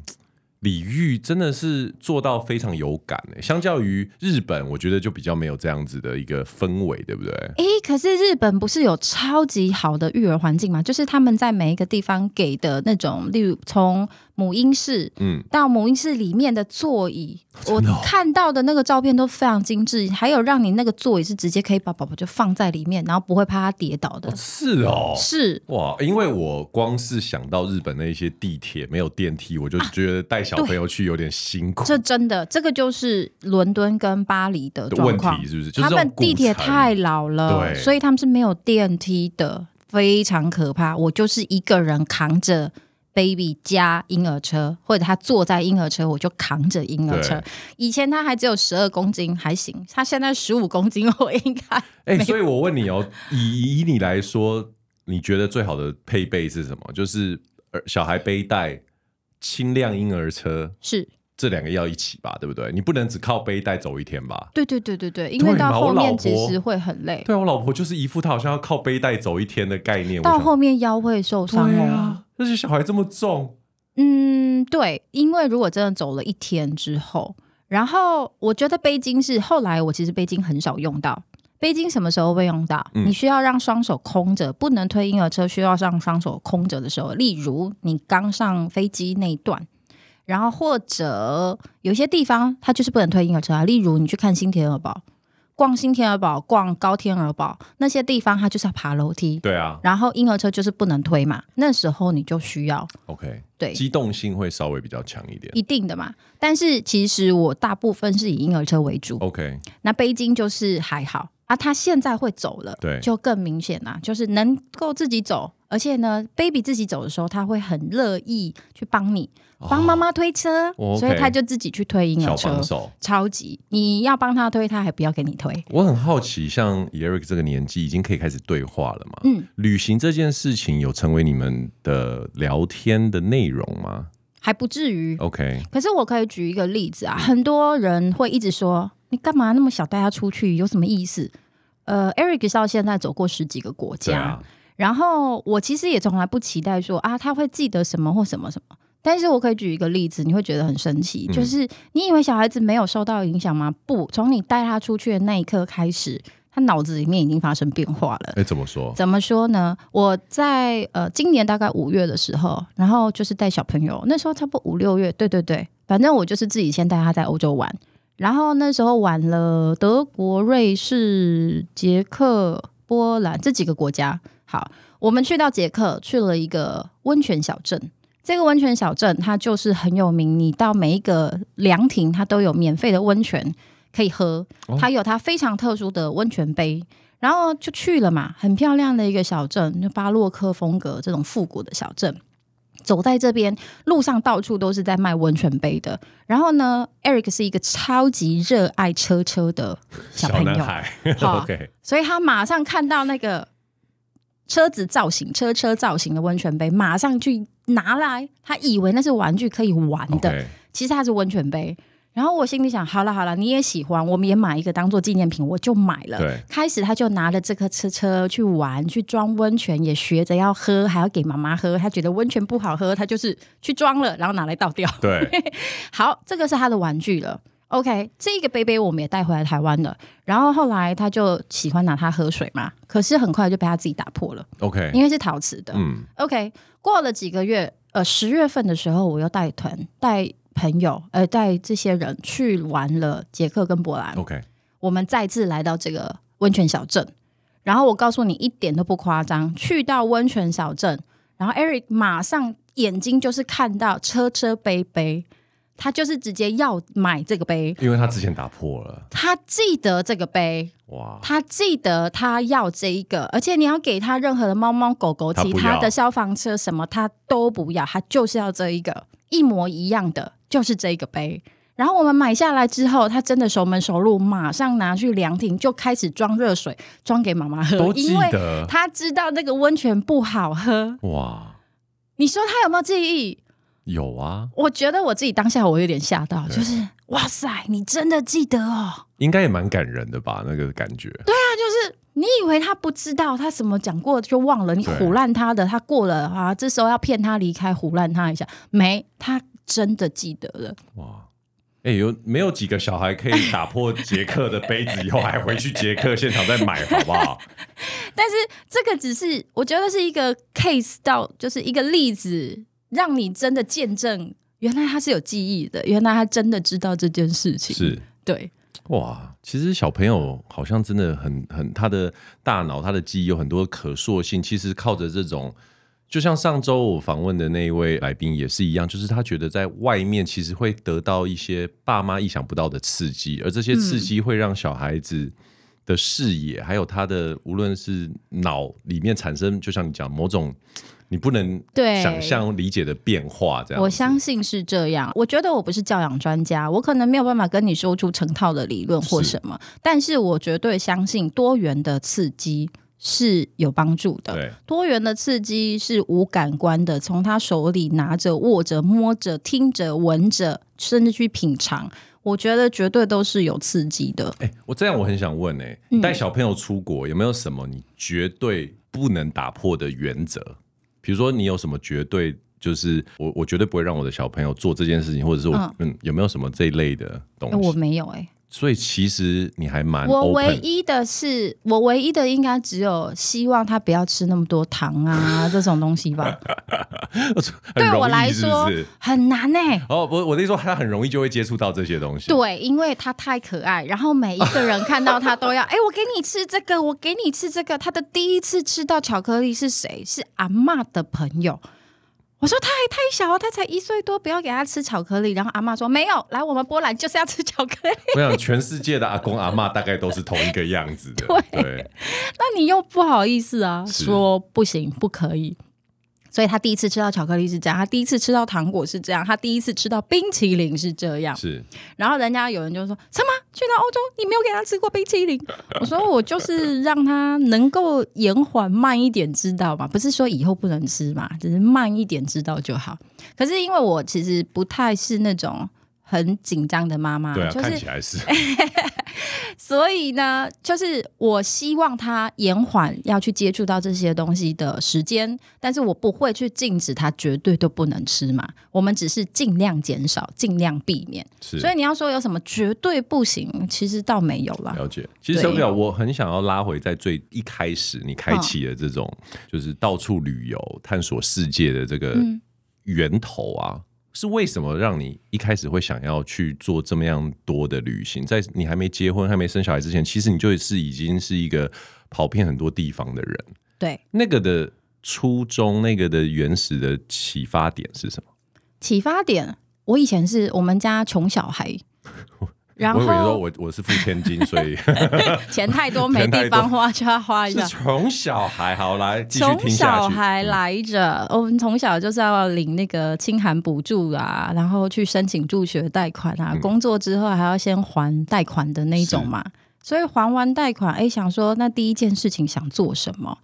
Speaker 2: 李玉真的是做到非常有感、欸，相较于日本，我觉得就比较没有这样子的一个氛围，对不对？
Speaker 1: 诶，可是日本不是有超级好的育儿环境吗？就是他们在每一个地方给的那种，例如从母婴室
Speaker 2: 嗯，
Speaker 1: 到母婴室里面的座椅，我
Speaker 2: 真的哦
Speaker 1: 看到的那个照片都非常精致，还有让你那个座椅是直接可以把宝宝就放在里面，然后不会怕他跌倒的。
Speaker 2: 是哦。
Speaker 1: 是，
Speaker 2: 哇，因为我光是想到日本那一些地铁没有电梯，我就觉得带小朋友去有点辛苦。
Speaker 1: 啊这真的，这个就是伦敦跟巴黎的
Speaker 2: 的
Speaker 1: 状
Speaker 2: 问题
Speaker 1: 况，
Speaker 2: 是不是就是
Speaker 1: 他
Speaker 2: 这种
Speaker 1: 们地铁
Speaker 2: 骨层
Speaker 1: 太老了，
Speaker 2: 对
Speaker 1: 所以他们是没有电梯的，非常可怕。我就是一个人扛着 baby 加婴儿车，或者他坐在婴儿车，我就扛着婴儿车
Speaker 2: 对。
Speaker 1: 以前他还只有十二公斤，还行，他现在十五公斤，我应该
Speaker 2: 哎、
Speaker 1: 没
Speaker 2: 所以我问你哦，以以你来说，你觉得最好的配备是什么？就是呃小孩背带、轻量婴儿车
Speaker 1: 是。
Speaker 2: 这两个要一起吧，对不对？你不能只靠背带走一天吧？
Speaker 1: 对对对对对，因为
Speaker 2: 对嘛
Speaker 1: 到
Speaker 2: 我
Speaker 1: 后
Speaker 2: 老
Speaker 1: 面其
Speaker 2: 婆
Speaker 1: 实会很累，
Speaker 2: 对啊，我老婆就是一副她好像要靠背带走一天的概念。
Speaker 1: 到
Speaker 2: 我想
Speaker 1: 后面腰会受伤
Speaker 2: 对
Speaker 1: 哦。
Speaker 2: 啊，而且小孩这么重，
Speaker 1: 嗯，对，因为如果真的走了一天之后，然后我觉得背巾是后来我其实背巾很少用到。背巾什么时候会用到？
Speaker 2: 嗯
Speaker 1: 你需要让双手空着，不能推婴儿车，需要让双手空着的时候，例如你刚上飞机那一段，然后或者有些地方它就是不能推婴儿车啊，例如你去看新天鹅堡、逛新天鹅堡、逛高天鹅堡那些地方，它就是要爬楼梯，
Speaker 2: 对啊
Speaker 1: 然后婴儿车就是不能推嘛，那时候你就需要
Speaker 2: ，OK，
Speaker 1: 对
Speaker 2: 机动性会稍微比较强一点。
Speaker 1: 一定的嘛。但是其实我大部分是以婴儿车为主，
Speaker 2: OK，
Speaker 1: 那背巾就是还好啊。他现在会走了，
Speaker 2: 对
Speaker 1: 就更明显啦，就是能够自己走，而且呢，baby 自己走的时候，他会很乐意去帮你，帮妈妈推车，
Speaker 2: 哦哦，OK
Speaker 1: 所以他就自己去推婴
Speaker 2: 小
Speaker 1: 儿车
Speaker 2: 帮。手。
Speaker 1: 超级，你要帮他推，他还不要给你推。
Speaker 2: 我很好奇，像 Eric 这个年纪已经可以开始对话了嘛？
Speaker 1: 嗯，
Speaker 2: 旅行这件事情有成为你们的聊天的内容吗
Speaker 1: 还不至于。
Speaker 2: ？OK，
Speaker 1: 可是我可以举一个例子啊，很多人会一直说你干嘛那么小带他出去，有什么意思？呃，Eric 到现在走过十几个国
Speaker 2: 对
Speaker 1: 家，
Speaker 2: 啊，
Speaker 1: 然后我其实也从来不期待说啊，他会记得什么或什么什么。但是我可以举一个例子，你会觉得很神奇，
Speaker 2: 嗯
Speaker 1: 就是你以为小孩子没有受到影响吗？不，从你带他出去的那一刻开始，他脑子里面已经发生变化了。
Speaker 2: 哎，怎么说？
Speaker 1: 怎么说呢？我在呃今年大概五月的时候，然后就是带小朋友，那时候差不多五六月，对对对，反正我就是自己先带他在欧洲玩，然后那时候玩了德国、瑞士、捷克、波兰这几个国家。好，我们去到捷克，去了一个温泉小镇。这个温泉小镇它就是很有名，你到每一个凉亭，它都有免费的温泉可以喝
Speaker 2: 哦，
Speaker 1: 它有它非常特殊的温泉杯。然后就去了嘛，很漂亮的一个小镇，就巴洛克风格这种复古的小镇。走在这边路上，到处都是在卖温泉杯的。然后呢，Eric 是一个超级热爱车车的小朋
Speaker 2: 男
Speaker 1: 友，
Speaker 2: 孩
Speaker 1: 好
Speaker 2: ，OK，
Speaker 1: 所以他马上看到那个车子造型、车车造型的温泉杯，马上去拿来。他以为那是玩具可以玩的
Speaker 2: OK，
Speaker 1: 其实它是温泉杯。然后我心里想，好了好了，你也喜欢，我们也买一个当做纪念品，我就买了。
Speaker 2: 对，
Speaker 1: 开始他就拿着这个车车去玩，去装温泉，也学着要喝，还要给妈妈喝。他觉得温泉不好喝，他就是去装了，然后拿来倒掉。
Speaker 2: 对，
Speaker 1: 好，这个是他的玩具了。OK，这个杯杯我们也带回来台湾了。然后后来他就喜欢拿它喝水嘛，可是很快就被他自己打破了，
Speaker 2: ，OK，
Speaker 1: 因为是陶瓷的。
Speaker 2: 嗯，
Speaker 1: OK，过了几个月，呃，十月份的时候，我又带团带朋友，呃，带这些人去玩了捷克跟波兰。
Speaker 2: ，OK，
Speaker 1: 我们再次来到这个温泉小镇，然后我告诉你一点都不夸张，去到温泉小镇，然后 Eric 马上眼睛就是看到车车杯杯，他就是直接要买这个杯，
Speaker 2: 因为他之前打破了，
Speaker 1: 他记得这个杯，
Speaker 2: 哇，
Speaker 1: 他记得他要这一个，而且你要给他任何的猫猫狗狗、
Speaker 2: 他不
Speaker 1: 其
Speaker 2: 要
Speaker 1: 他的消防车什么，他都不要，他就是要这一个一模一样的，就是这一个杯。然后我们买下来之后，他真的熟门熟路，马上拿去凉亭就开始装热水，装给妈妈喝
Speaker 2: 都，记
Speaker 1: 因为
Speaker 2: 得，
Speaker 1: 他知道那个温泉不好喝。
Speaker 2: 哇，
Speaker 1: 你说他有没有记忆？
Speaker 2: 有啊，
Speaker 1: 我觉得我自己当下我有点吓到，
Speaker 2: 对
Speaker 1: 就是哇塞，你真的记得哦。
Speaker 2: 应该也蛮感人的吧？那个感觉，
Speaker 1: 就是你以为他不知道他什么讲过就忘了，你
Speaker 2: 对
Speaker 1: 唬烂他的，他过了啊，这时候要骗他离开，唬烂他一下，没，他真的记得了。
Speaker 2: 哇，
Speaker 4: 哎、有没有几个小孩可以打破杰克的杯子以后，还回去杰克现场再买，好不好？
Speaker 1: 但是这个只是我觉得是一个 case 到，就是一个例子，让你真的见证，原来他是有记忆的，原来他真的知道这件事情。
Speaker 4: 是
Speaker 1: 对，
Speaker 2: 哇，其实小朋友好像真的很很，他的大脑、他的记忆有很多可塑性。其实靠着这种，就像上周我访问的那一位来宾也是一样，就是他觉得在外面其实会得到一些爸妈意想不到的刺激，而这些
Speaker 1: 嗯
Speaker 2: 刺激会让小孩子的视野，还有他的无论是脑里面产生，就像你讲某种你不能
Speaker 1: 对
Speaker 2: 想象理解的变化，这样
Speaker 1: 我
Speaker 2: 子
Speaker 1: 相信是这样。我觉得我不是教养专家，我可能没有办法跟你说出成套的理论或什么，但是我绝对相信多元的刺激是有帮助的。
Speaker 4: 对，
Speaker 1: 多元的刺激是无感官的，从他手里拿着、握着、摸着、听着、闻着，甚至去品尝，我觉得绝对都是有刺激的。
Speaker 2: 哎、我这样我很想问哎、
Speaker 1: 嗯
Speaker 2: 你带小朋友出国有没有什么你绝对不能打破的原则？比如说你有什么绝对就是我我绝对不会让我的小朋友做这件事情，或者是我嗯有没有什么这一类的东
Speaker 1: 哎我
Speaker 2: 西？
Speaker 1: 没有哎、
Speaker 2: 所以其实你还蛮
Speaker 1: 我
Speaker 2: open，
Speaker 1: 唯一的是，我唯一的应该只有希望他不要吃那么多糖啊这种东西吧。
Speaker 2: 很容易
Speaker 1: 对我来
Speaker 2: 是不
Speaker 1: 说
Speaker 2: 是
Speaker 1: 很难哎、
Speaker 2: 哦，我我的意思说他很容易就会接触到这些东西。
Speaker 1: 对，因为他太可爱，然后每一个人看到他 都要，哎、我给你吃这个，我给你吃这个。他的第一次吃到巧克力是谁？是阿嬷的朋友。我说他还太小了，他才一岁多，不要给他吃巧克力。然后阿嬷说没有，来我们波兰就是要吃巧克力。
Speaker 2: 我想全世界的阿公阿妈大概都是同一个样子 的。对，
Speaker 1: 那你又不好意思啊，
Speaker 2: 是
Speaker 1: 说不行，不可以。所以他第一次吃到巧克力是这样，他第一次吃到糖果是这样，他第一次吃到冰淇淋是这样。
Speaker 2: 是
Speaker 1: 然后人家有人就说什么去到欧洲你没有给他吃过冰淇淋？ 我说我就是让他能够延缓慢一点知道嘛，不是说以后不能吃嘛，只是慢一点知道就好。可是因为我其实不太是那种很紧张的妈妈，
Speaker 4: 对啊，
Speaker 1: 就
Speaker 4: 看
Speaker 1: 是哎
Speaker 4: 起来 是。
Speaker 1: 所以呢，就是我希望他延缓要去接触到这些东西的时间，但是我不会去禁止他绝对都不能吃嘛，我们只是尽量减少，尽量避免。
Speaker 2: 是，
Speaker 1: 所以你要说有什么绝对不行，其实倒没有啦。
Speaker 2: 了解，其实
Speaker 1: 对
Speaker 2: 手表我很想要拉回在最一开始你开启的这种，
Speaker 1: 嗯
Speaker 2: 就是到处旅游、探索世界的这个
Speaker 1: 嗯
Speaker 2: 源头啊，是为什么让你一开始会想要去做这么样多的旅行？在你还没结婚、还没生小孩之前，其实你就是已经是一个跑遍很多地方的人。
Speaker 1: 对，
Speaker 2: 那个的初衷，那个的原始的启发点是什么？
Speaker 1: 启发点，我以前是我们家穷小 孩，然
Speaker 2: 我以为你说
Speaker 1: 后
Speaker 2: 我我是付千金，所以
Speaker 1: 钱太多没地方花，就要花一
Speaker 2: 是
Speaker 1: 下。
Speaker 2: 从小孩好来继续
Speaker 1: 哎从
Speaker 2: 听下
Speaker 1: 小
Speaker 2: 去。
Speaker 1: 孩来着，我们从小就是要领那个清寒补助啊，然后去申请助学贷款
Speaker 2: 嗯
Speaker 1: 啊，工作之后还要先还贷款的那一种嘛。所以还完贷款，哎，想说那第一件事情想做什么？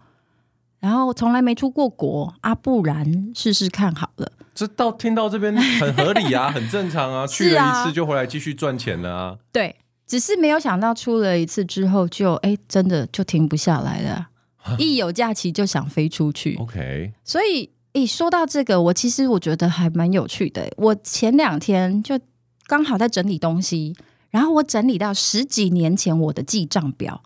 Speaker 1: 然后从来没出过国啊，不然试试看好了。
Speaker 2: 这到听到这边很合理啊，很正 常啊，去
Speaker 1: 是
Speaker 2: 了
Speaker 1: 啊
Speaker 2: 一次就回来继续赚钱了啊。
Speaker 1: 对，只是没有想到出了一次之后就，哎，真的就停不下来了，一有假期就想飞出去。
Speaker 2: 哦 OK，
Speaker 1: 所以，诶，说到这个，我其实我觉得还蛮有趣的。我前两天就刚好在整理东西，然后我整理到十几年前我的记账表。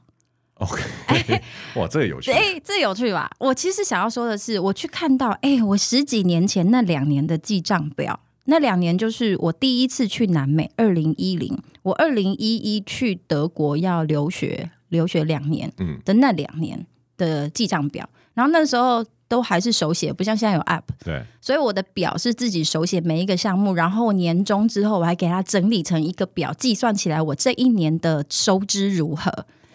Speaker 2: OK，
Speaker 4: 哇，这个有趣。
Speaker 1: 诶，这有趣吧？我其实想要说的是，我去看到，诶，我十几年前那两年的记账表。那两年就是我第一次去南美，二零一零，我二零一一去德国要留学，留学两年，
Speaker 2: 嗯
Speaker 1: 的那两年的记账表。然后那时候都还是手写，不像现在有 app，
Speaker 4: 对，
Speaker 1: 所以我的表是自己手写每一个项目，然后年终之后我还给它整理成一个表，计算起来我这一年的收支如何，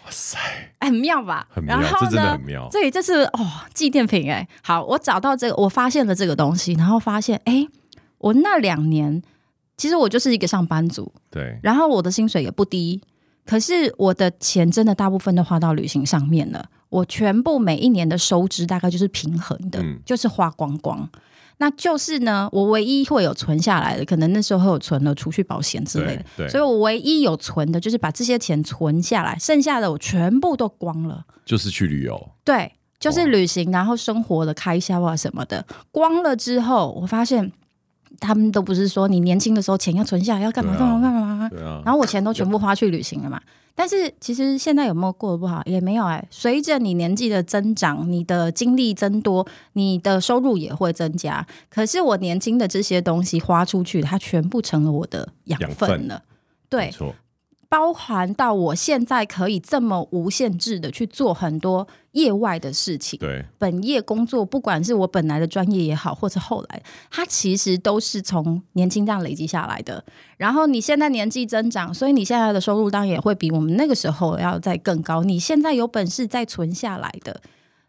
Speaker 2: 哇塞，
Speaker 1: 哎很妙吧？
Speaker 2: 很妙
Speaker 1: 然后
Speaker 2: 这真的
Speaker 1: 呢
Speaker 2: 很妙
Speaker 1: 对，这是哦纪念品哎、好，我找到这个，我发现了这个东西，然后发现哎，我那两年其实我就是一个上班族，
Speaker 2: 对，
Speaker 1: 然后我的薪水也不低，可是我的钱真的大部分都花到旅行上面了。我全部每一年的收支大概就是平衡的，
Speaker 2: 嗯
Speaker 1: 就是花光光。那就是呢，我唯一会有存下来的，可能那时候有存了储蓄保险之类
Speaker 2: 对对
Speaker 1: 的，所以我唯一有存的就是把这些钱存下来，剩下的我全部都光了。
Speaker 2: 就是去旅游，
Speaker 1: 对，就
Speaker 2: 哇
Speaker 1: 是旅行，然后生活的开销啊什么的，光了之后，我发现他们都不是说你年轻的时候钱要存下来，要干嘛
Speaker 2: 对
Speaker 1: 干
Speaker 2: 啊
Speaker 1: 嘛干嘛干嘛。
Speaker 2: 对啊，
Speaker 1: 然后我钱都全部花去旅行了嘛。但是其实现在有没有过得不好，也没有哎、随着你年纪的增长，你的经历增多，你的收入也会增加。可是我年轻的这些东西花出去，它全部成了我的养
Speaker 2: 养
Speaker 1: 分
Speaker 2: 分
Speaker 1: 了。
Speaker 2: 没
Speaker 1: 对，
Speaker 2: 错，
Speaker 1: 包含到我现在可以这么无限制的去做很多业外的事情。
Speaker 2: 对，
Speaker 1: 本业工作，不管是我本来的专业也好，或者后来，它其实都是从年轻这样累积下来的。然后你现在年纪增长，所以你现在的收入当然也会比我们那个时候要再更高。你现在有本事再存下来的，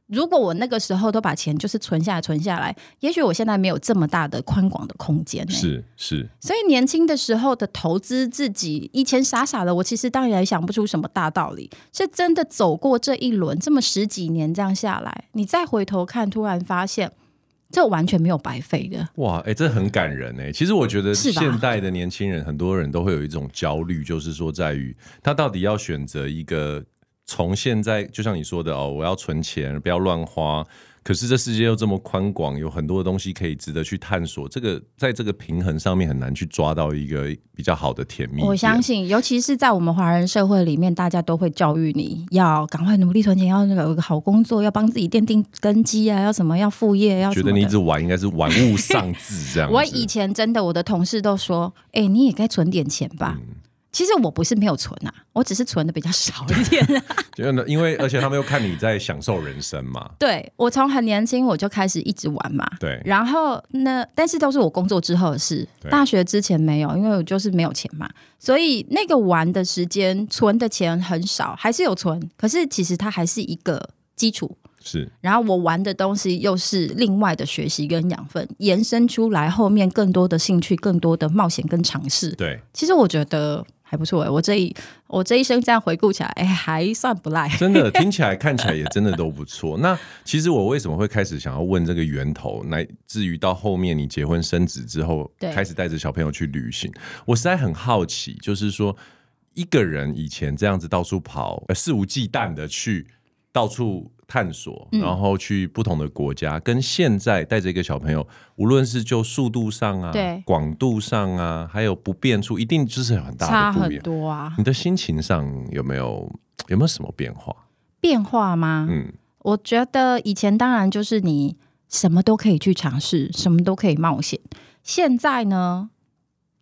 Speaker 1: 如果我那个时候都把钱就是存下来、存下来，也许我现在没有这么大的宽广的空间、欸。
Speaker 2: 是是，
Speaker 1: 所以年轻的时候的投资自己，以前傻傻的，我其实当然也想不出什么大道理。是真的走过这一轮，这么十几年这样下来，你再回头看，突然发现这完全没有白费的。
Speaker 2: 哇，哎、这很感人哎、其实我觉得
Speaker 1: 是吧
Speaker 2: 现代的年轻人，很多人都会有一种焦虑，就是说在于他到底要选择一个从现在，就像你说的哦，我要存钱，不要乱花。可是这世界又这么宽广，有很多东西可以值得去探索。这个在这个平衡上面很难去抓到一个比较好的甜蜜点。
Speaker 1: 我相信，尤其是在我们华人社会里面，大家都会教育你要赶快努力存钱，要那个有一个好工作，要帮自己奠定根基啊，要什么，要副业，要
Speaker 2: 觉
Speaker 1: 什
Speaker 2: 得
Speaker 1: 么
Speaker 2: 你一
Speaker 1: 的
Speaker 2: 直玩应该是玩物丧志这样子。
Speaker 1: 我以前真的，我的同事都说：“哎、你也该存点钱吧。
Speaker 2: 嗯
Speaker 1: 其实我不是没有存啊，我只是存的比较少一点、
Speaker 2: 真的，因为而且他们又看你在享受人生嘛，
Speaker 1: 对我从很年轻我就开始一直玩嘛，
Speaker 2: 对
Speaker 1: 然后那但是都是我工作之后的事，
Speaker 2: 对
Speaker 1: 大学之前没有，因为我就是没有钱嘛，所以那个玩的时间存的钱很少，还是有存，可是其实它还是一个基础。
Speaker 2: 是
Speaker 1: 然后我玩的东西又是另外的学习跟养分，延伸出来后面更多的兴趣、更多的冒险跟尝试。
Speaker 2: 对。
Speaker 1: 其实我觉得还不错、欸，我这一我这一生这样回顾起来，哎、还算不赖。
Speaker 2: 真的听起来、看起来也真的都不错。那其实我为什么会开始想要问这个源头，乃至于到后面你结婚生子之后，
Speaker 1: 对
Speaker 2: 开始带着小朋友去旅行，我实在很好奇，就是说一个人以前这样子到处跑，呃肆无忌惮的去到处探索，
Speaker 1: 嗯
Speaker 2: 然后去不同的国家，跟现在带着一个小朋友，无论是就速度上啊，
Speaker 1: 对
Speaker 2: 广度上啊，还有不变处，一定就是有很
Speaker 1: 差
Speaker 2: 大的不一
Speaker 1: 很
Speaker 2: 样。
Speaker 1: 多啊，
Speaker 2: 你的心情上有没有有没有什么变化？
Speaker 1: 变化吗？
Speaker 2: 嗯，
Speaker 1: 我觉得以前当然就是你什么都可以去尝试，什么都可以冒险。现在呢，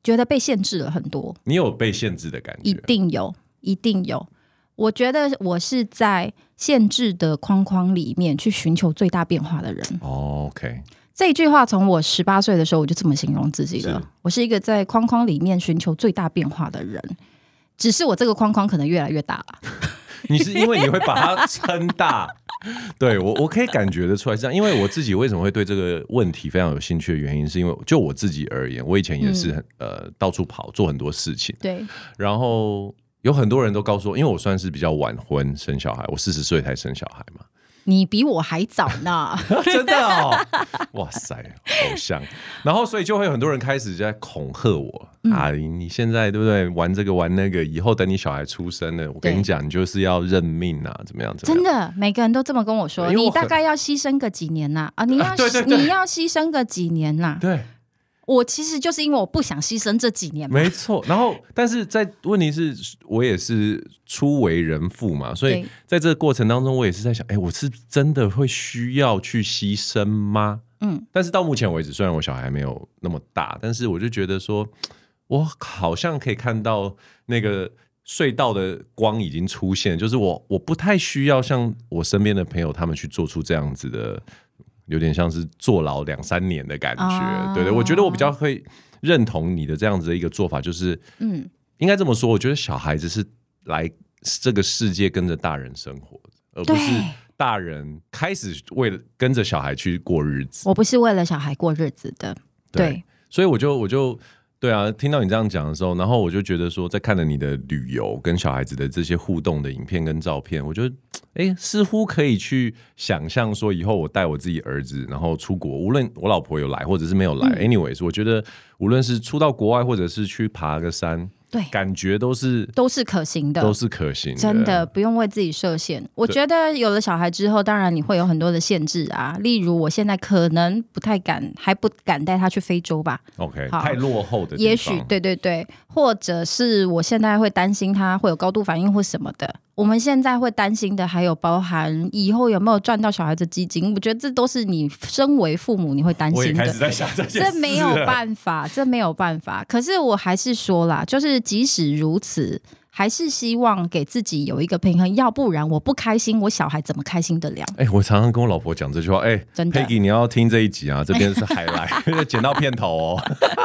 Speaker 1: 觉得被限制了很多，
Speaker 2: 你有被限制的感
Speaker 1: 一
Speaker 2: 觉，
Speaker 1: 定有，一定有。我觉得我是在限制的框框里面去寻求最大变化的人。
Speaker 2: 哦，OK，
Speaker 1: 这一句话从我十八岁的时候我就这么形容自己了
Speaker 2: 是。
Speaker 1: 我是一个在框框里面寻求最大变化的人，只是我这个框框可能越来越大了。
Speaker 2: 你是因为你会把它撑大， 对我我可以感觉得出来是这样，因为我自己为什么会对这个问题非常有兴趣的原因，是因为就我自己而言，我以前也是很、
Speaker 1: 嗯
Speaker 2: 呃到处跑，做很多事情，
Speaker 1: 对，
Speaker 2: 然后有很多人都告诉我，因为我算是比较晚婚生小孩，我四十岁才生小孩嘛，
Speaker 1: 你比我还早呢。
Speaker 2: 真的哦，哇塞，偶像。然后所以就会有很多人开始在恐吓我、
Speaker 1: 嗯
Speaker 2: 啊，你你现在对不对？玩这个玩那个，以后等你小孩出生了，我跟你
Speaker 1: 对
Speaker 2: 讲，你就是要认命啊，怎么样？怎么
Speaker 1: 真
Speaker 2: 样？
Speaker 1: 的，每个人都这么跟我说，
Speaker 2: 因为我
Speaker 1: 你
Speaker 2: 很
Speaker 1: 大概要牺牲个几年呐、啊？你要、
Speaker 2: 啊 对对对
Speaker 1: 你要牺牲个几年呐、
Speaker 2: 对，
Speaker 1: 我其实就是因为我不想牺牲这几年嘛。
Speaker 2: 没错。然后，但是在问题是我也是初为人父嘛，所以
Speaker 1: 对
Speaker 2: 在这个过程当中，我也是在想，哎，我是真的会需要去牺牲吗？
Speaker 1: 嗯，
Speaker 2: 但是到目前为止，虽然我小孩还没有那么大，但是我就觉得说，我好像可以看到那个隧道的光已经出现，就是我我不太需要像我身边的朋友他们去做出这样子的，有点像是坐牢两三年的感觉。
Speaker 1: 啊
Speaker 2: 对对，我觉得我比较会认同你的这样子的一个做法，就是
Speaker 1: 嗯，
Speaker 2: 应该这么说，我觉得小孩子是来这个世界跟着大人生活的，而不是
Speaker 1: 对
Speaker 2: 大人开始为了跟着小孩去过日子。
Speaker 1: 我不是为了小孩过日子的。对，
Speaker 2: 所以我就我就对啊，听到你这样讲的时候，然后我就觉得说，在看了你的旅游跟小孩子的这些互动的影片跟照片，我觉得哎，似乎可以去想象说，以后我带我自己儿子，然后出国，无论我老婆有来或者是没有来、a n y w a y s 我觉得无论是出到国外，或者是去爬个山，
Speaker 1: 对
Speaker 2: 感觉都是
Speaker 1: 都是可行的，
Speaker 2: 都是可行的，
Speaker 1: 真的不用为自己设限。我觉得有了小孩之后，当然你会有很多的限制啊，例如我现在可能不太敢，还不敢带他去非洲吧，
Speaker 2: OK，
Speaker 1: 好
Speaker 2: 太落后的地方，
Speaker 1: 也许对对对，或者是我现在会担心他会有高度反应或什么的。我们现在会担心的还有包含以后有没有赚到小孩子基金，我觉得这都是你身为父母你会担
Speaker 2: 我也
Speaker 1: 心
Speaker 2: 开始
Speaker 1: 的。
Speaker 2: 在想这件事
Speaker 1: 这
Speaker 2: 了，
Speaker 1: 没有办法，这没有办法。可是我还是说啦，就是即使如此，还是希望给自己有一个平衡，要不然我不开心，我小孩怎么开心得了？
Speaker 2: 哎、我常常跟我老婆讲这句话，哎、
Speaker 1: 真的
Speaker 2: p e g g y 你要听这一集 啊，这边是海来， 剪到片头哦。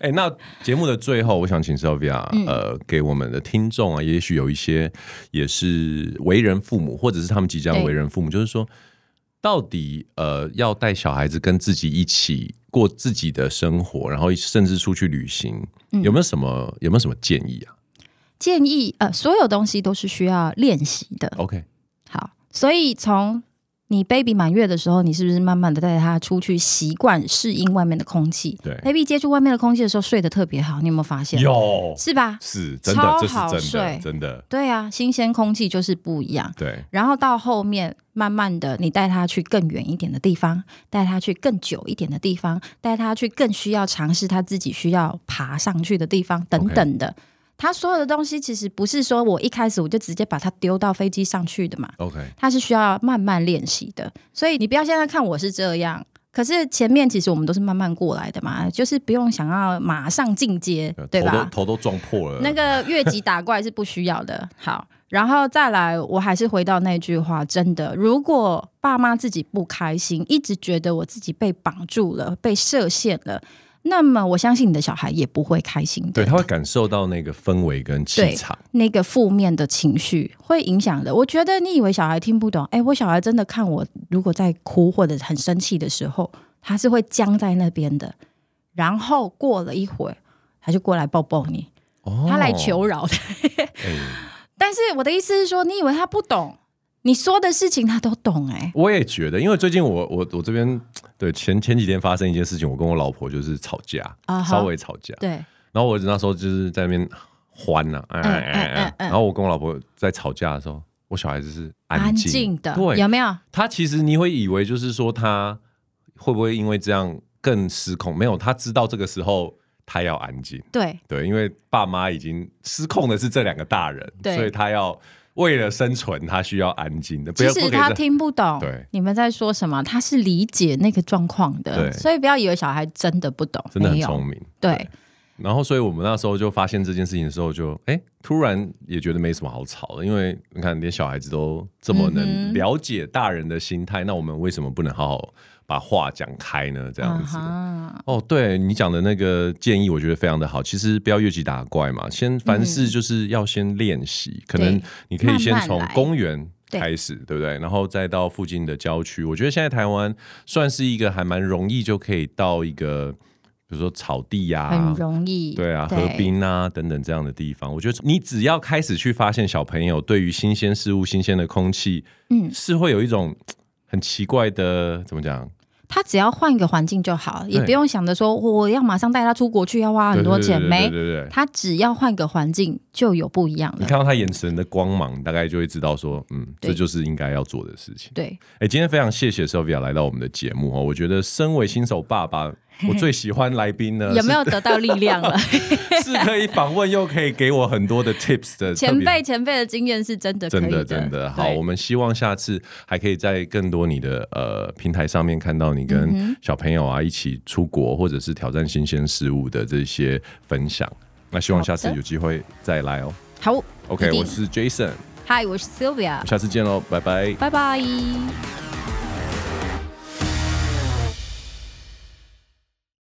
Speaker 2: 哎、那节目的最后，我想请 Sylvia，、呃，
Speaker 1: 嗯
Speaker 2: 给我们的听众啊，也许有一些也是为人父母，或者是他们即将
Speaker 1: 对
Speaker 2: 为人父母，就是说，到底呃要带小孩子跟自己一起过自己的生活，然后甚至出去旅行，
Speaker 1: 嗯
Speaker 2: 有没有什么有没有什么建议啊
Speaker 1: 建议呃，所有东西都是需要练习的。
Speaker 2: ？OK，
Speaker 1: 好，所以从你 baby 满月的时候，你是不是慢慢的带他出去习惯适应外面的空气？
Speaker 2: 对
Speaker 1: ，baby 接触外面的空气的时候睡得特别好，你有没有发现？，
Speaker 2: 有
Speaker 1: 是吧？
Speaker 2: 是真的
Speaker 1: 超，
Speaker 2: 这是
Speaker 1: 好
Speaker 2: 真的，
Speaker 1: 睡
Speaker 2: 真的
Speaker 1: 对啊，新鲜空气就是不一样。
Speaker 2: 对。
Speaker 1: 然后到后面，慢慢的，你带他去更远一点的地方，带他去更久一点的地方，带他去更需要尝试他自己需要爬上去的地方，等等的。他所有的东西其实不是说我一开始我就直接把他丢到飞机上去的嘛，
Speaker 2: OK，
Speaker 1: 它是需要慢慢练习的。所以你不要现在看我是这样，可是前面其实我们都是慢慢过来的嘛，就是不用想要马上进阶
Speaker 2: 呃，
Speaker 1: 对
Speaker 2: 头都
Speaker 1: 吧？
Speaker 2: 头都撞破了。
Speaker 1: 那个越级打怪是不需要的。 好，然后再来，我还是回到那句话，真的，如果爸妈自己不开心，一直觉得我自己被绑住了、被设限了，那么我相信你的小孩也不会开心的。
Speaker 2: 对，他会感受到那个氛围跟气
Speaker 1: 对
Speaker 2: 场。
Speaker 1: 那个负面的情绪会影响的。我觉得你以为小孩听不懂，哎，我小孩真的看我如果在哭或者很生气的时候，他是会僵在那边的。然后过了一会儿，他就过来抱抱你，
Speaker 2: 哦
Speaker 1: 他来求饶的。
Speaker 2: 哎
Speaker 1: 但是我的意思是说，你以为他不懂，你说的事情他都懂、哎，
Speaker 2: 我也觉得，因为最近我我我这边对前前几天发生一件事情，我跟我老婆就是吵架
Speaker 1: 啊哈
Speaker 2: 稍微吵架。
Speaker 1: 对，
Speaker 2: 然后我儿子那时候就是在那边欢呐、哎哎
Speaker 1: 嗯
Speaker 2: 哎
Speaker 1: 嗯
Speaker 2: 哎。
Speaker 1: 嗯
Speaker 2: 然后我跟我老婆在吵架的时候，我小孩子是
Speaker 1: 安
Speaker 2: 静
Speaker 1: 静的，有
Speaker 2: 对，
Speaker 1: 没有？
Speaker 2: 他其实你会以为就是说他会不会因为这样更失控？没有，他知道这个时候他要安静。
Speaker 1: 对，
Speaker 2: 对，因为爸妈已经失控的是这两个大人，
Speaker 1: 对
Speaker 2: 所以他要为了生存，他需要安静的，不
Speaker 1: 即
Speaker 2: 要
Speaker 1: 使
Speaker 2: 不给
Speaker 1: 他
Speaker 2: 这
Speaker 1: 听不懂
Speaker 2: 对
Speaker 1: 你们在说什么，他是理解那个状况
Speaker 2: 对
Speaker 1: 的，所以不要以为小孩真的不懂，
Speaker 2: 真的很
Speaker 1: 没有
Speaker 2: 聪明。
Speaker 1: 对，
Speaker 2: 然后，所以我们那时候就发现这件事情的时候就，哎，突然也觉得没什么好吵的，因为你看，连小孩子都这么
Speaker 1: 嗯
Speaker 2: 能了解大人的心态，那我们为什么不能好好把话讲开呢？这样子。
Speaker 1: 啊哈
Speaker 2: 哦，对你讲的那个建议，我觉得非常的好。其实不要越级打怪嘛，先凡事就是要先练习。可能你可以先
Speaker 1: 嗯慢
Speaker 2: 从
Speaker 1: 慢来
Speaker 2: 公园
Speaker 1: 对
Speaker 2: 开始，对不对？然后再到附近的郊区。我觉得现在台湾算是一个还蛮容易就可以到一个，比如说草地呀、
Speaker 1: 很容易，
Speaker 2: 啊对啊，河滨啊等等这样的地方，我觉得你只要开始去发现小朋友对于新鲜事物、新鲜的空气，
Speaker 1: 嗯
Speaker 2: 是会有一种嘖很奇怪的，怎么讲？
Speaker 1: 他只要换一个环境就好，也
Speaker 2: 对
Speaker 1: 不用想着说我要马上带他出国去，要花很多钱，
Speaker 2: 对
Speaker 1: 没
Speaker 2: 对对，对对对
Speaker 1: 他只要换个环境就有不一样
Speaker 2: 你
Speaker 1: 了。
Speaker 2: 看到他眼神的光芒，你大概就会知道说，嗯，
Speaker 1: 对
Speaker 2: 这就是应该要做的事情。
Speaker 1: 对，
Speaker 2: 哎、今天非常谢谢 Sylvia 来到我们的节目哦。我觉得身为新手 爸爸，我最喜欢来宾呢，
Speaker 1: 有没有得到力量 了？
Speaker 2: 是是可以访问，又可以给我很多的 tips 的特
Speaker 1: 前
Speaker 2: 别
Speaker 1: 辈前辈的经验是真的可以
Speaker 2: 真
Speaker 1: 的，
Speaker 2: 真的好，
Speaker 1: 对
Speaker 2: 我们希望下次还可以在更多你的呃平台上面看到你
Speaker 1: 嗯
Speaker 2: 跟小朋友啊一起出国，或者是挑战新鲜事物的这些分享。那希望下次
Speaker 1: 好的
Speaker 2: 有机会再来哦。
Speaker 1: 好
Speaker 2: OK，
Speaker 1: 一定
Speaker 2: 我是 Jason，
Speaker 1: 嗨，我是 Sylvia，
Speaker 2: 下次见喽，拜拜。
Speaker 1: 拜拜。